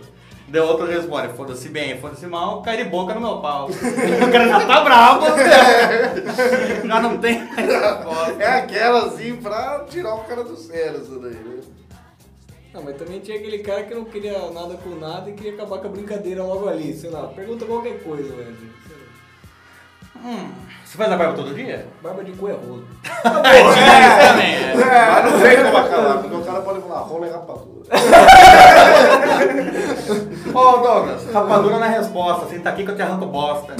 S6: Deu outro responde, foda-se bem, foda-se mal, cai de boca no meu pau. o cara já tá bravo, né? já não tem mais resposta.
S5: É aquela assim pra tirar o cara do sério, isso daí, né?
S2: Não, mas também tinha aquele cara que não queria nada com nada e queria acabar com a brincadeira logo ali, sei lá. Pergunta qualquer coisa, velho. Sei lá.
S6: Você faz a barba todo dia?
S2: Barba de cu é rolo.
S6: É, também. é.
S5: Mas não vem como acabar, porque o cara pode falar, rola é rapadura.
S6: Ô, Douglas, rapadura na resposta, assim, tá aqui que eu te arranco bosta.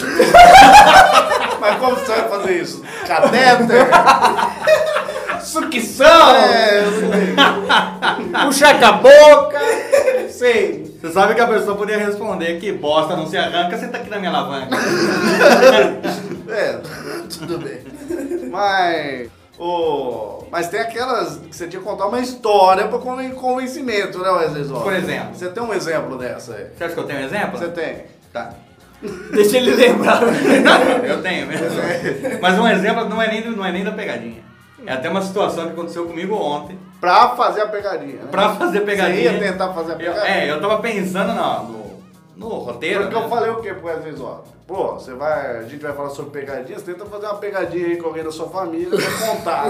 S5: Mas como você vai fazer isso? Catéter?
S2: Sucção!
S5: É, eu não sei.
S2: Puxar com a boca! Sei.
S6: Você sabe que a pessoa poderia responder que bosta não se arranca, você tá aqui na minha alavanca.
S5: É, tudo bem. Mas. ô, mas tem aquelas que você tinha que contar uma história pra conven- convencimento, né, Wesley Zó?
S6: Por exemplo.
S5: Você tem um exemplo dessa aí?
S6: Você acha que eu tenho um exemplo?
S5: Você tem.
S6: Tá.
S2: Deixa ele lembrar.
S6: Eu tenho mesmo. Mas um exemplo não é, nem, não é nem da pegadinha. É até uma situação que aconteceu comigo ontem.
S5: Pra fazer a pegadinha. Né?
S6: Pra fazer pegadinha.
S5: Você ia tentar fazer a
S6: eu,
S5: pegadinha.
S6: É, eu tava pensando na- no, no roteiro.
S5: Porque eu
S6: né?
S5: falei o quê pro Wesley Zó? Pô, você vai. A gente vai falar sobre pegadinhas, tenta fazer uma pegadinha aí com alguém da sua família pra contar.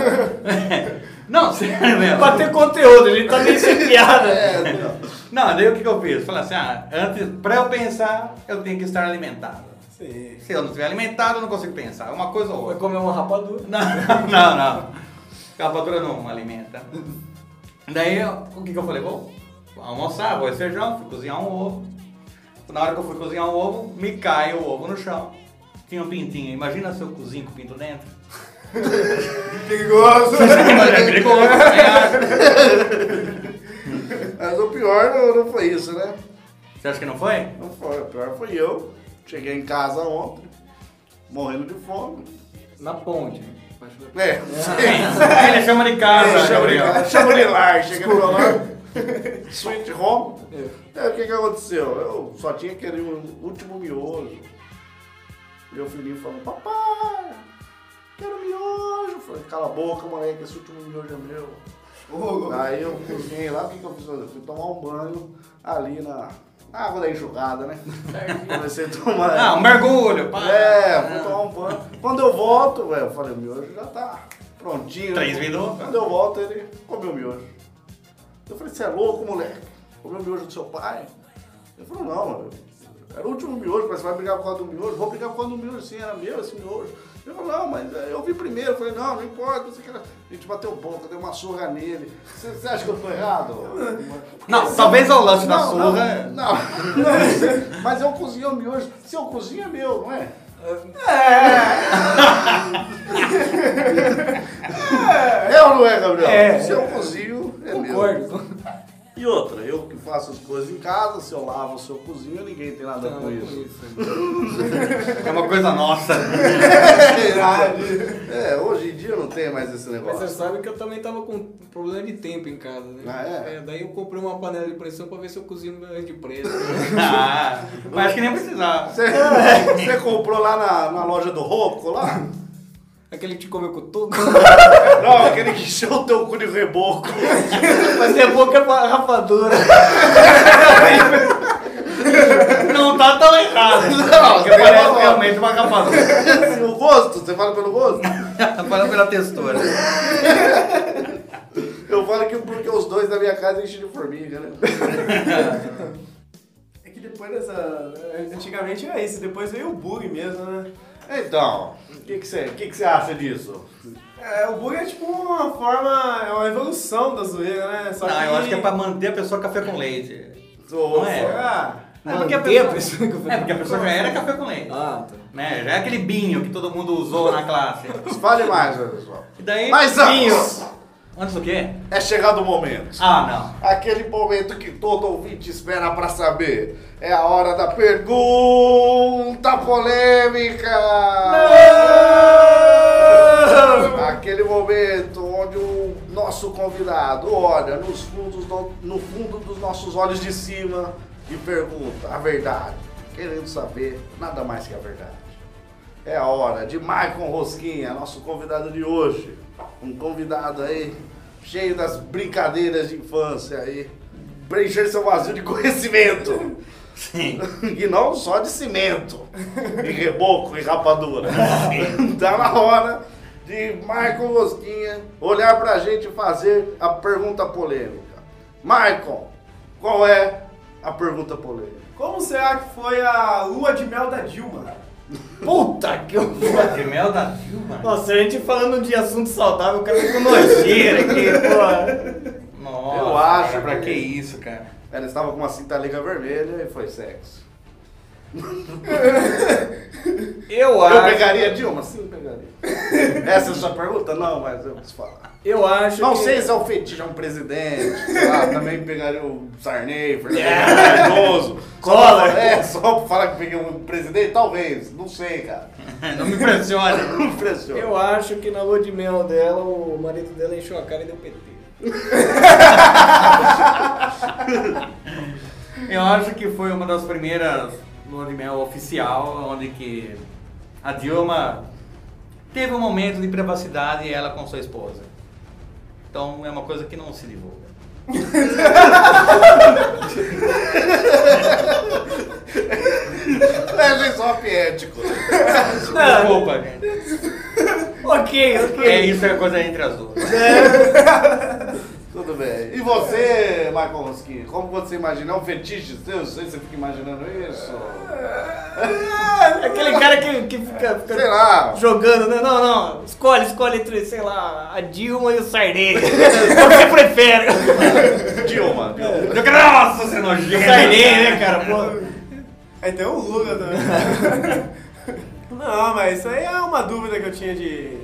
S6: Não, sério mesmo.
S2: pra ter conteúdo, ele tá meio sem piada.
S5: é, não.
S6: Não, daí o que, que eu fiz? Falei assim, ah, antes, pra eu pensar, eu tenho que estar alimentado.
S2: Sei.
S6: Se eu não estiver alimentado, eu não consigo pensar. É Uma coisa ou outra.
S2: Vai comer uma rapadura.
S6: Não, não, não. Rapadura não alimenta. Daí, eu- o que, que eu falei? Vou almoçar, vou feijão, fui cozinhar um ovo. Na hora que eu fui cozinhar um ovo, me cai o ovo no chão. Tinha um pintinho. Imagina se eu cozinho com o pinto dentro.
S5: Perigoso!
S6: É perigoso, né?
S5: Mas o pior não, não foi isso, né?
S6: Você acha que não foi?
S5: Não Então foi, o pior foi eu. Cheguei em casa ontem, morrendo de fome.
S2: Na ponte.
S5: É,
S6: Ele chama de casa, Ah, Gabriel.
S5: chama de lar, chega no meu lar. Sweet home. É, o que que aconteceu? Eu só tinha que querer o último miojo. Meu filhinho falou, papai, quero miojo. Eu falei, cala a boca, moleque, esse último miojo é meu. Aí eu cozinhei lá, o que que eu fiz? Eu fui tomar um banho ali na, na água da enxurrada, né? Comecei a tomar...
S6: Ah, um mergulho, pá.
S5: É, fui tomar um banho. Quando eu volto, ué, eu falei, o miojo já tá prontinho. né?
S6: Três minutos.
S5: Quando eu volto, ele comeu o miojo. Eu falei, você é louco, moleque? Comeu o miojo do seu pai? Ele falou, não, mano. Era o último miojo, mas você vai brigar por causa do miojo? Vou brigar por causa do miojo, sim, era meu esse miojo. Ele falou, não, mas é, eu vi primeiro. Eu falei, não, não importa. não sei o que lá. A gente bateu boca, deu uma surra nele. Você você acha que eu tô errado?
S6: Não, talvez ao lance da
S5: Não, não,
S6: surra.
S5: não, não, mas eu cozinhei o miojo. Se eu cozinho é meu, não é? É ou não é, Gabriel?
S2: É.
S5: Se eu cozinho, é meu.
S2: Concordo.
S5: E outra, eu que faço as coisas em casa, se eu lavo, se eu cozinho, ninguém tem
S2: Então,
S5: nada com isso.
S6: É uma coisa nossa.
S5: É, hoje em dia não tem mais esse
S2: Mas você
S5: negócio.
S2: sabe que eu também tava com problema de tempo em casa, né?
S5: Ah, é?
S2: daí eu comprei uma panela de pressão pra ver se eu cozinho meu de preço.
S6: Ah, mas acho que nem precisava.
S5: Você,
S2: é-
S5: você comprou lá na, na loja do Rocco lá?
S2: Aquele tipo que te comeu com tudo.
S5: Não, aquele que encheu o teu cu de reboco.
S2: Mas é boca é pra rapadura.
S6: Não tá tão errado.
S5: Não,
S6: porque
S5: você
S6: parece
S5: falou.
S6: realmente uma rapadura.
S5: O gosto, você fala pelo gosto?
S6: Fala pela textura.
S5: Eu falo que porque os dois da minha casa enchem de formiga, né?
S4: É que depois dessa. Antigamente era isso, depois veio o bug mesmo, né?
S5: Então, o que que você que que você acha disso?
S4: É, o bug é tipo uma forma, é uma evolução da zoeira, né? Só
S6: Não, eu acho que é pra manter a pessoa café com leite.
S4: Ou
S6: Não é?
S4: será?
S6: É porque, a
S4: Manter
S6: pessoa...
S4: que eu falei.
S6: é porque a pessoa já era café com leite.
S4: Ah, tá.
S6: Né? Já é aquele binho que todo mundo usou na classe.
S5: Fale mais, pessoal.
S6: E daí.
S5: Mas antes,
S6: Antes do quê?
S5: é chegado o momento.
S6: Ah, não.
S5: Aquele momento que todo ouvinte espera pra saber. É a hora da pergunta polêmica! Aquele momento onde o nosso convidado olha nos fundos do- no fundo dos nossos olhos de cima e pergunta a verdade. Querendo saber nada mais que a verdade. É a hora de Maicon Rosquinha, nosso convidado de hoje. Um convidado aí cheio das brincadeiras de infância aí. Preencher seu vazio de conhecimento.
S6: Sim.
S5: E não só de cimento, e reboco, e rapadura. tá na hora de Maicon Rosquinha olhar pra gente e fazer a pergunta polêmica. Maicon, qual é a pergunta polêmica?
S4: Como será que foi a lua de mel da Dilma?
S5: Puta que eu...
S6: Lua de mel da Dilma.
S2: Nossa, a gente falando de assunto saudável, o cara ficou nojeiro aqui, pô.
S6: Nossa,
S5: Eu acho
S6: cara, pra
S5: que-
S6: que isso, cara?
S5: Ela estava com uma cinta liga vermelha e foi sexo.
S2: Eu
S5: Eu
S2: acho,
S5: pegaria Dilma? Sim, eu pegaria. Essa é a sua pergunta? Não, mas eu preciso falar.
S2: eu acho
S5: Não
S2: que...
S5: sei se é um fetiche, é um presidente, sei lá, também pegaria o Sarney, Fernando Cardoso.
S2: Collor.
S5: É, só pra falar que peguei um presidente, talvez, não sei, cara.
S6: É, Não me impressiona.
S5: Não impressiona.
S2: Eu acho que na lua de mel dela, o marido dela encheu a cara e deu PT.
S6: Eu acho que foi uma das primeiras lua de mel oficial, onde que a Dilma teve um momento de privacidade ela com sua esposa. Então é uma coisa que não se divulga.
S5: É só ético.
S6: Desculpa, gente.
S2: Ah. ok, ok.
S6: É isso é a coisa entre as duas.
S5: Tudo bem. E você, Michael Rosquinha, como você imagina? É um fetiche seu? Eu sei se você fica imaginando isso.
S2: Aquele cara que, que fica, fica
S5: Sei lá.
S2: jogando, né? Não, não. Escolhe, escolhe entre, sei lá, a Dilma e o Sarney. Qual que você prefere?
S5: Dilma. Dilma.
S6: Eu quero- Nossa, você é nojento.
S2: Sarney, né, cara? Pô.
S4: Aí tem o Lula também. Não, mas isso aí é uma dúvida que eu tinha de.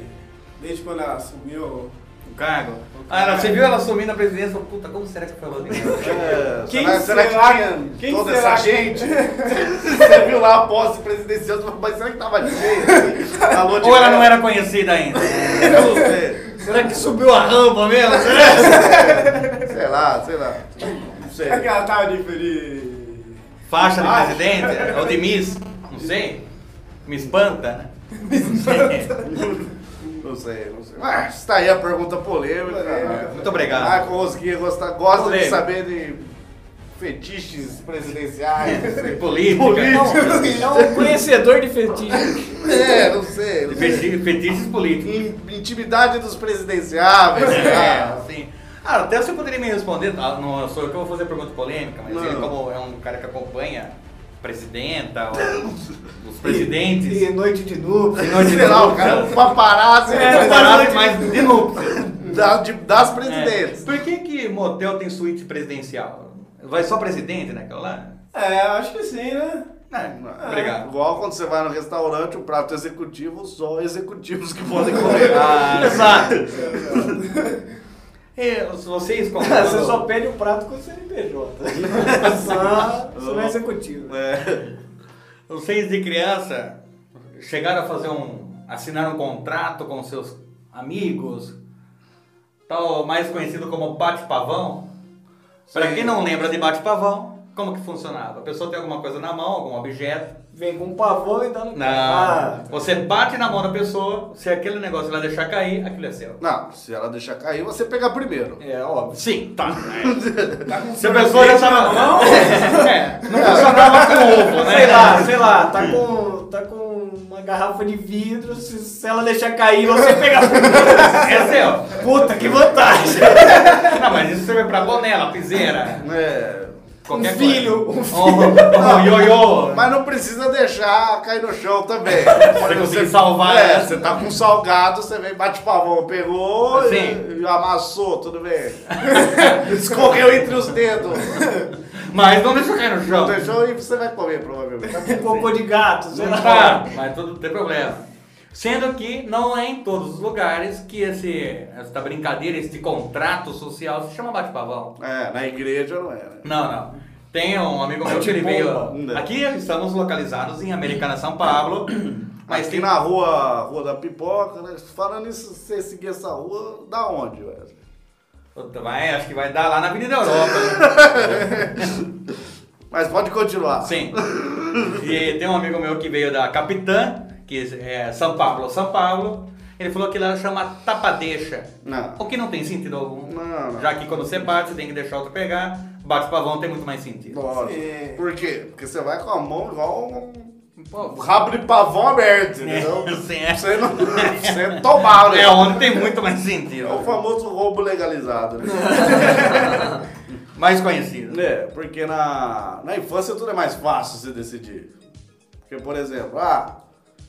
S4: Desde quando ela assumiu.
S6: O cargo. Ah, ela, você viu ela assumindo a presidência? falou, Puta, como será que foi a lua de mel?
S5: É,
S4: Quem
S5: será, será que
S4: será-
S5: tinha
S4: quem
S5: toda
S4: será
S5: essa
S4: que-
S5: gente? Você viu lá a posse presidencial, mas será que tava cheio? assim? A lua de
S6: Ou ela
S5: mel?
S6: não era conhecida ainda?
S5: Eu não sei.
S2: Será que subiu a rampa mesmo?
S5: Sei lá, sei lá. Não sei.
S4: Será É que ela tava de. de...
S6: Faixa de
S5: Ah.
S6: presidente? Ou de Miss? Não sei. Me espanta, né? Não sei.
S5: Não sei, não sei. Mas tá aí a pergunta polêmica.
S4: Polêmica.
S6: Muito obrigado.
S5: Ah, Rosquinha gosta, gosta de
S6: Polêmica.
S5: saber de fetiches presidenciais. não sei.
S6: É, Política.
S5: Política.
S2: É um conhecedor de fetiche.
S5: É, não sei. Não sei.
S6: Fetiches, fetiches políticos.
S5: In- Intimidade dos presidenciáveis. né?
S6: É,
S5: cara.
S6: assim. Ah, até você poderia me responder, ah, não sou eu que vou fazer pergunta polêmica, mas
S5: Não.
S6: ele como é um cara que acompanha a presidenta, ou os presidentes.
S4: de noite de nuvens.
S6: Senhor de
S5: Sei lá, o
S6: núpcias.
S5: cara é um paparazzi
S6: É, parado, mas de núpcias.
S5: da- de- das
S6: É.
S5: presidentes.
S6: Por que que motel tem suíte presidencial? Vai só presidente naquela lá?
S4: É, eu acho que sim, né?
S5: É.
S6: Não, É. obrigado.
S5: Igual quando você vai no restaurante, o prato executivo, só executivos que podem comer.
S6: Ah, exato. É, vocês como?
S2: Ah,
S4: Você só pede o prato com o CNPJ. Só, só no executivo.
S6: Vocês de criança chegaram a fazer um. assinar um contrato com seus amigos, tal mais conhecido como bate-pavão. Para quem não lembra de bate-pavão, como que funcionava? A pessoa tem alguma coisa na mão, algum objeto.
S2: Vem com um pavão e dá no
S6: Não.
S2: Ah,
S6: Você bate na mão da pessoa, se aquele negócio vai deixar cair, aquilo é seu.
S5: Não, se ela deixar cair, você pega primeiro.
S2: é óbvio.
S6: Sim, tá. Se a pessoa já tá na mão, é, não funcionava com ovo, né?
S2: Sei lá, sei lá, tá com, tá com uma garrafa de vidro, se, se ela deixar cair, você pega.
S6: É seu.
S2: Puta, que vantagem!
S6: Não, mas isso serve pra panela, piseira.
S5: É.
S6: Qualquer
S2: um
S6: coisa.
S2: filho, um filho.
S6: Um ioiô.
S5: Mas não precisa deixar cair no chão também. Pode
S6: conseguir salvar
S5: É,
S6: ela.
S5: você tá com salgado, você vem, bate pavão, pegou e-
S6: Sim.
S5: e amassou, tudo bem. Escorreu entre os dedos.
S6: Mas não deixa eu cair no
S5: Não
S6: chão.
S5: deixou e você vai comer, provavelmente.
S2: Tá com cocô de gato, sei lá.
S6: Tá, mas tudo não tem problema. Sendo que não é em todos os lugares que esse, essa brincadeira, esse contrato social se chama bate-pavão.
S5: É, na igreja não era.
S6: Não, não. Tem um amigo meu que ele veio.
S5: Não.
S6: Aqui estamos localizados em Americana, São Paulo.
S5: Mas
S6: Mas
S5: aqui
S6: tem.
S5: na rua, rua da pipoca, né? Falando isso, você seguir essa rua, da onde, velho?
S6: Puta, Vai, acho que vai dar lá na Avenida Europa.
S5: Mas pode continuar.
S6: né? Sim. E tem um amigo meu que veio da Capitã, que é São Paulo, São Paulo. Ele falou que lá chama tapadeixa.
S5: Não.
S6: O que não tem sentido algum.
S5: Não, não.
S6: Já que quando você bate, você tem que deixar outro pegar. Bate pavão tem muito mais sentido.
S5: Lógico.
S2: Sim.
S5: Por quê? Porque você vai com a mão igual um
S6: Pô,
S5: rabo de pavão aberto, entendeu?
S6: assim, é.
S5: Você não. Você tomar, né?
S6: É onde tem muito mais
S5: É
S6: sentido.
S5: o famoso roubo legalizado, né?
S6: Mais conhecido.
S5: É, porque na, na infância tudo é mais fácil se decidir. Porque, por exemplo, ah,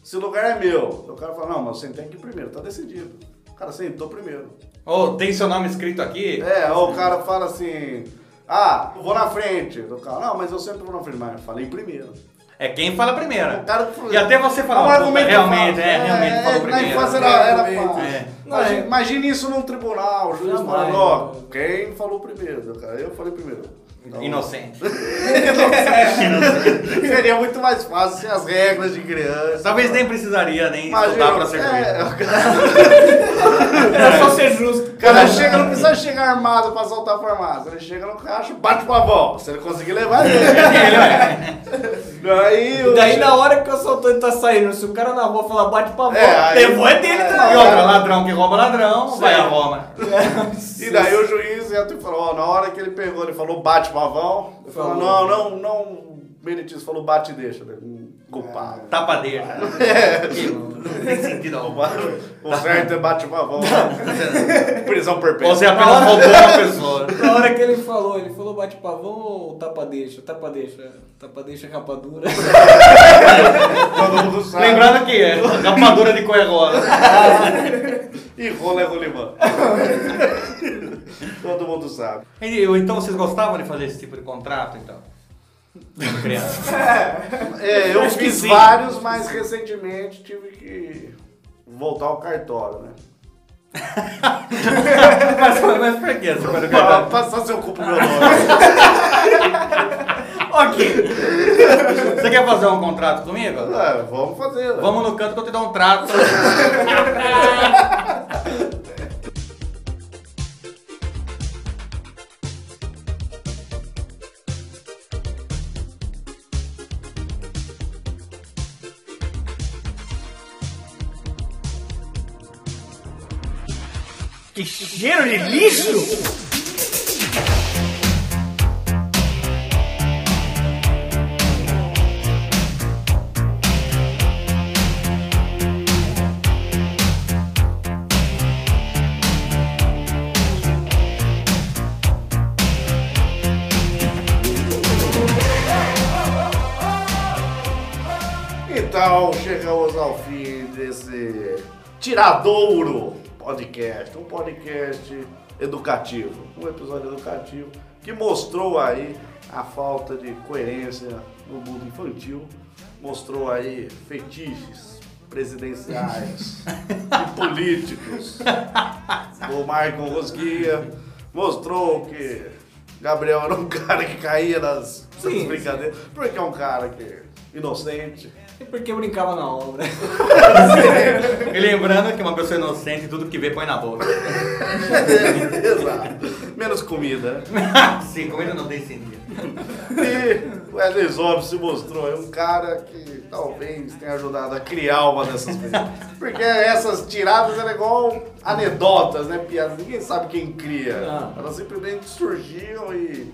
S5: esse lugar é meu. O cara fala, não, mas eu sentei aqui primeiro, tá decidido. O cara sentou primeiro.
S6: Ou tem seu nome escrito aqui?
S5: É, ou o cara fala assim, ah, eu vou na frente. O cara, não, mas eu sempre vou na frente. Mas eu falei primeiro.
S6: É quem fala primeiro.
S5: O cara-
S6: E até você
S5: É um
S6: falar,
S5: argumento fácil.
S6: realmente,
S5: né?
S6: é, realmente falou
S5: Na
S6: primeiro.
S5: infância era, era fácil.
S6: É.
S5: Imagina, imagina isso num tribunal, o juiz
S2: Jamais.
S5: falando, ó, quem falou primeiro? Cara, eu falei primeiro. Então,
S6: Inocente.
S5: Seria muito mais fácil se as regras de criança.
S6: Talvez nem precisaria nem
S5: Imagina,
S6: estudar pra ser juiz.
S5: é, o cara,
S2: É só ser justo.
S5: o cara chega, não precisa chegar armado pra assaltar a farmácia. Ele chega no caixa, bate com a mão. Se ele conseguir levar, ele. Daí o.
S2: E daí na hora que o assaltante tá saindo, se o cara na rua falar bate pavão,
S5: É, aí-
S2: levou é dele
S5: É,
S6: E
S2: também.
S6: outra, ladrão que rouba ladrão, vai a Roma.
S5: E daí o juiz entra e falou, ó, na hora que ele pegou, ele falou bate pavão. Ele falou, não, não, não, Benitez falou bate e deixa. Ele, hum, Culpado.
S6: Tapadeira. Que Não tem sentido algum.
S5: O certo é bate pavão. Prisão perpétua.
S6: Ou você apenas roubou uma pessoa.
S2: Na hora que ele falou, ele falou bate pavão ou tapa deixa? Tapa deixa, tapa deixa rapadura.
S5: Todo mundo sabe.
S6: Lembrando que é rapadura de coia rosa.
S5: E rola é rolimã. Todo mundo sabe.
S6: E- Então vocês gostavam de fazer esse tipo de contrato, então? Criança.
S5: É, eu
S6: Acho que
S5: fiz
S6: sim.
S5: vários, mas recentemente tive que voltar ao cartório, né?
S6: Mas, mas por que? Você um- foi no
S5: Pra
S6: cartório?
S5: passar seu cu pro meu nome.
S6: Ok. Você quer fazer um contrato comigo?
S5: É, vamos fazer. né?
S6: Vamos no canto que eu te dou um trato.
S2: que cheiro de lixo!
S5: Então, chegamos ao fim desse Tiradouro Podcast, um podcast educativo, um episódio educativo que mostrou aí a falta de coerência no mundo infantil, mostrou aí fetiches presidenciais e políticos do Michael Rosguia, mostrou que Gabriel era um cara que caía nas, nas
S2: Sim, sim.
S5: brincadeiras, porque é um cara que inocente.
S2: E porque brincava na obra.
S6: E lembrando que uma pessoa inocente, tudo que vê põe na boca.
S5: Exato. Menos comida, né?
S6: Sim, comida não tem sentido.
S5: E o Wesley Zop se mostrou é um cara que talvez tenha ajudado a criar uma dessas coisas. Porque essas tiradas eram igual anedotas, né? Piadas. Ninguém sabe quem cria.
S2: Ah.
S5: Elas simplesmente surgiam e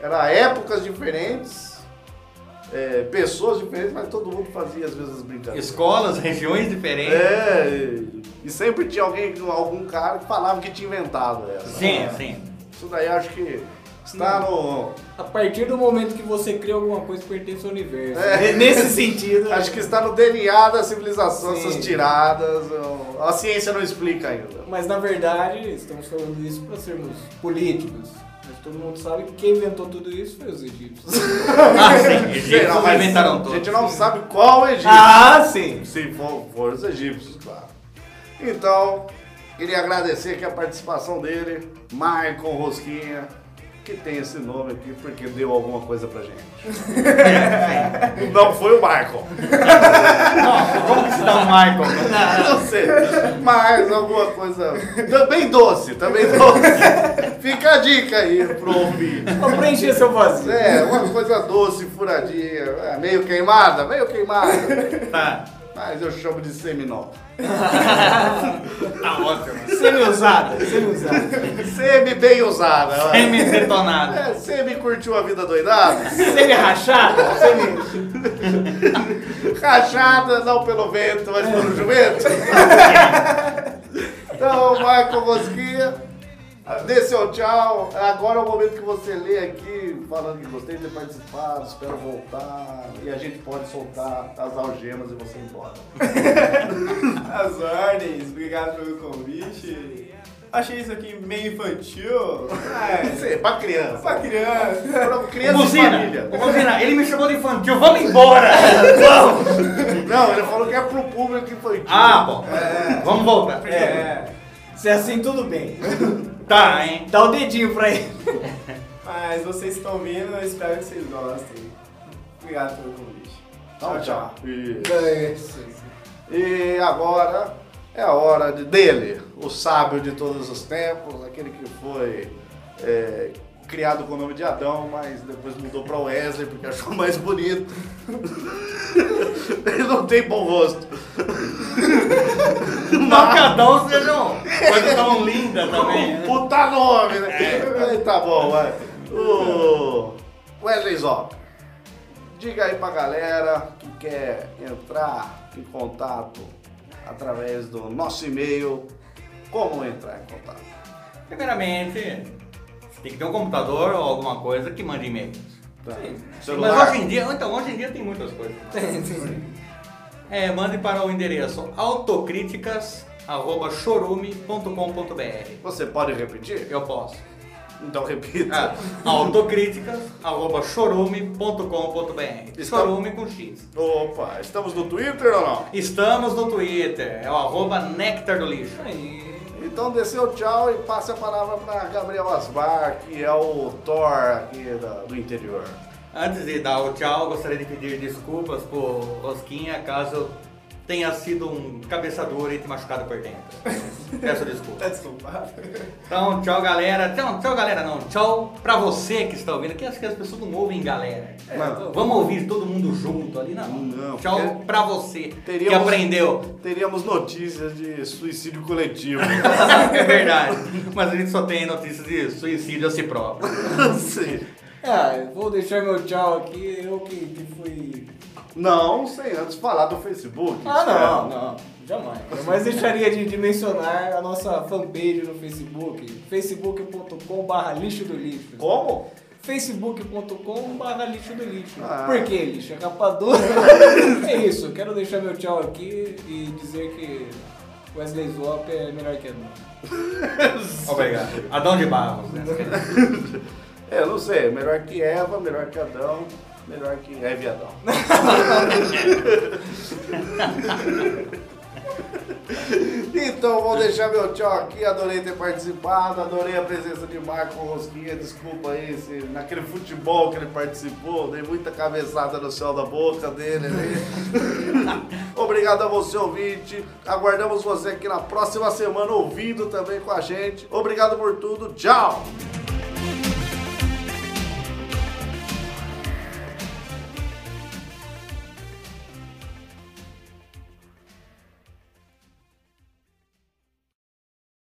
S5: eram épocas diferentes, é, pessoas diferentes, mas todo mundo fazia as mesmas brincadeiras.
S6: Escolas, regiões diferentes.
S5: É, e- e sempre tinha alguém, algum cara que falava que tinha inventado essa.
S6: Sim, sim.
S5: Isso daí eu acho que Está no.
S2: A partir do momento que você cria alguma coisa, pertence ao universo.
S5: É.
S2: Nesse sentido.
S5: Acho que está no DNA da civilização,
S2: Sim.
S5: essas tiradas. ó. A ciência não explica ainda.
S2: Mas na verdade, estamos falando isso para sermos políticos. Mas todo mundo sabe que quem inventou tudo isso foi os egípcios.
S6: Ah, sim,
S5: Será,
S6: eles
S5: mas
S6: inventaram
S5: A gente
S6: todos.
S5: não sabe qual é o egípcio.
S2: Ah, sim.
S5: Se for, for os egípcios, claro. Então, queria agradecer aqui a participação dele, Maicon Rosquinha, que tem esse nome aqui porque deu alguma coisa pra gente.
S2: É,
S5: não foi o Maicon.
S6: Como que se dá
S2: um
S6: o Michael?
S5: Não sei. Mas alguma coisa. Também doce, também doce. Fica a dica aí pro ouvinte.
S2: Pra preencher seu vazio.
S5: É, uma coisa doce, furadinha, é, meio queimada, meio queimada.
S6: Tá,
S5: Mas eu chamo de seminol.
S6: tá ótimo.
S2: Semi-usada, semi-usada.
S5: Semi bem usada. ó.
S6: Semi-detonado.
S5: É, semi curtiu a vida doidada?
S2: Semi-rachada.
S5: Rachada, não pelo vento, mas
S6: É.
S5: pelo jumento. então, Michael Mosquinha, dê seu tchau. Agora é o momento que você lê aqui, falando que gostei de ter participado, espero voltar. E a gente pode soltar as algemas e você ir embora.
S4: As ordens, obrigado pelo convite. Achei isso aqui meio infantil. Mas,
S5: Isso é pra criança.
S4: pra criança.
S5: Pra criança e
S6: Buzina,
S5: família.
S6: Ô, buzina, ele me chamou de infantil, vamos embora! Vamos!
S5: Não, ele falou que é pro público infantil.
S6: Ah, bom, vamos voltar.
S4: É,
S2: Se é assim, tudo bem.
S6: Tá, hein?
S2: Dá o dedinho pra ele.
S4: mas vocês estão vindo, eu espero que vocês gostem. Obrigado pelo convite.
S5: Então, tchau. E-
S2: Isso.
S5: E agora é a hora de- dele, o sábio de todos os tempos, aquele que foi é, criado com o nome de Adão, mas depois mudou para Wesley porque achou mais bonito. Ele não tem bom rosto.
S6: Não que Adão seja um. Coisa tão linda também.
S5: Puta nome, né?
S6: É.
S5: Aí tá bom, vai. O Wesley Zop, diga aí pra galera que quer entrar em contato através do nosso e-mail, como entrar em contato.
S6: Primeiramente, você tem que ter um computador ou alguma coisa que mande e-mails.
S5: Tá.
S6: Mas
S5: Celular.
S6: hoje em dia, então, hoje em dia tem muitas coisas. É, mande para o endereço autocríticas.chorume.com.br
S5: Você pode repetir?
S6: Eu posso.
S5: Então repita.
S6: Ah, autocríticas.chorume.com.br
S5: Está-
S6: Chorume com X.
S5: Opa, estamos no Twitter ou não?
S6: Estamos no Twitter, é o arroba Nectar do Lixo.
S5: Então desceu tchau e passe a palavra para Gabriel Asbar, que é o Thor aqui da- do interior.
S6: Antes de dar o tchau, gostaria de pedir desculpas por Rosquinha caso eu tenha sido um cabeçador e te machucado por dentro. Peço
S5: É
S4: Tá
S6: desculpas.
S4: desculpado?
S6: Então, tchau galera. Tchau, tchau galera não. Tchau pra você que está ouvindo, que acho que as pessoas não ouvem galera.
S5: Não.
S6: Vamos ouvir todo mundo junto ali, não.
S5: Não,
S6: tchau
S5: porque
S6: pra você que
S5: teríamos-
S6: aprendeu.
S5: Teríamos notícias de suicídio coletivo.
S6: é verdade. Mas a gente só tem notícias de suicídio a si próprio.
S5: Sim.
S2: Ah, eu vou deixar meu tchau aqui, eu que, que fui.
S5: Não, sem antes falar do Facebook.
S2: Ah,
S5: espero.
S2: não, não, jamais. Mas deixaria de, de mencionar a nossa fanpage no Facebook, facebook.com.br lixo do lixo.
S5: Como?
S2: facebook.com.br lixo do lixo.
S5: Ah.
S2: Por que lixo? É rapador? é isso, quero deixar meu tchau aqui e dizer que Wesley Zop é melhor que a minha.
S6: Obrigado. Adão de Barros, né?
S5: É, não sei. Melhor que Eva, melhor que Adão, melhor que Eve e Adão. então, vou deixar meu tchau aqui. Adorei ter participado, adorei a presença de Marco Rosquinha. Desculpa aí, se naquele futebol que ele participou, dei muita cabeçada no céu da boca dele. né? Obrigado a você, ouvinte. Aguardamos você aqui na próxima semana, ouvindo também com a gente. Obrigado por tudo. Tchau!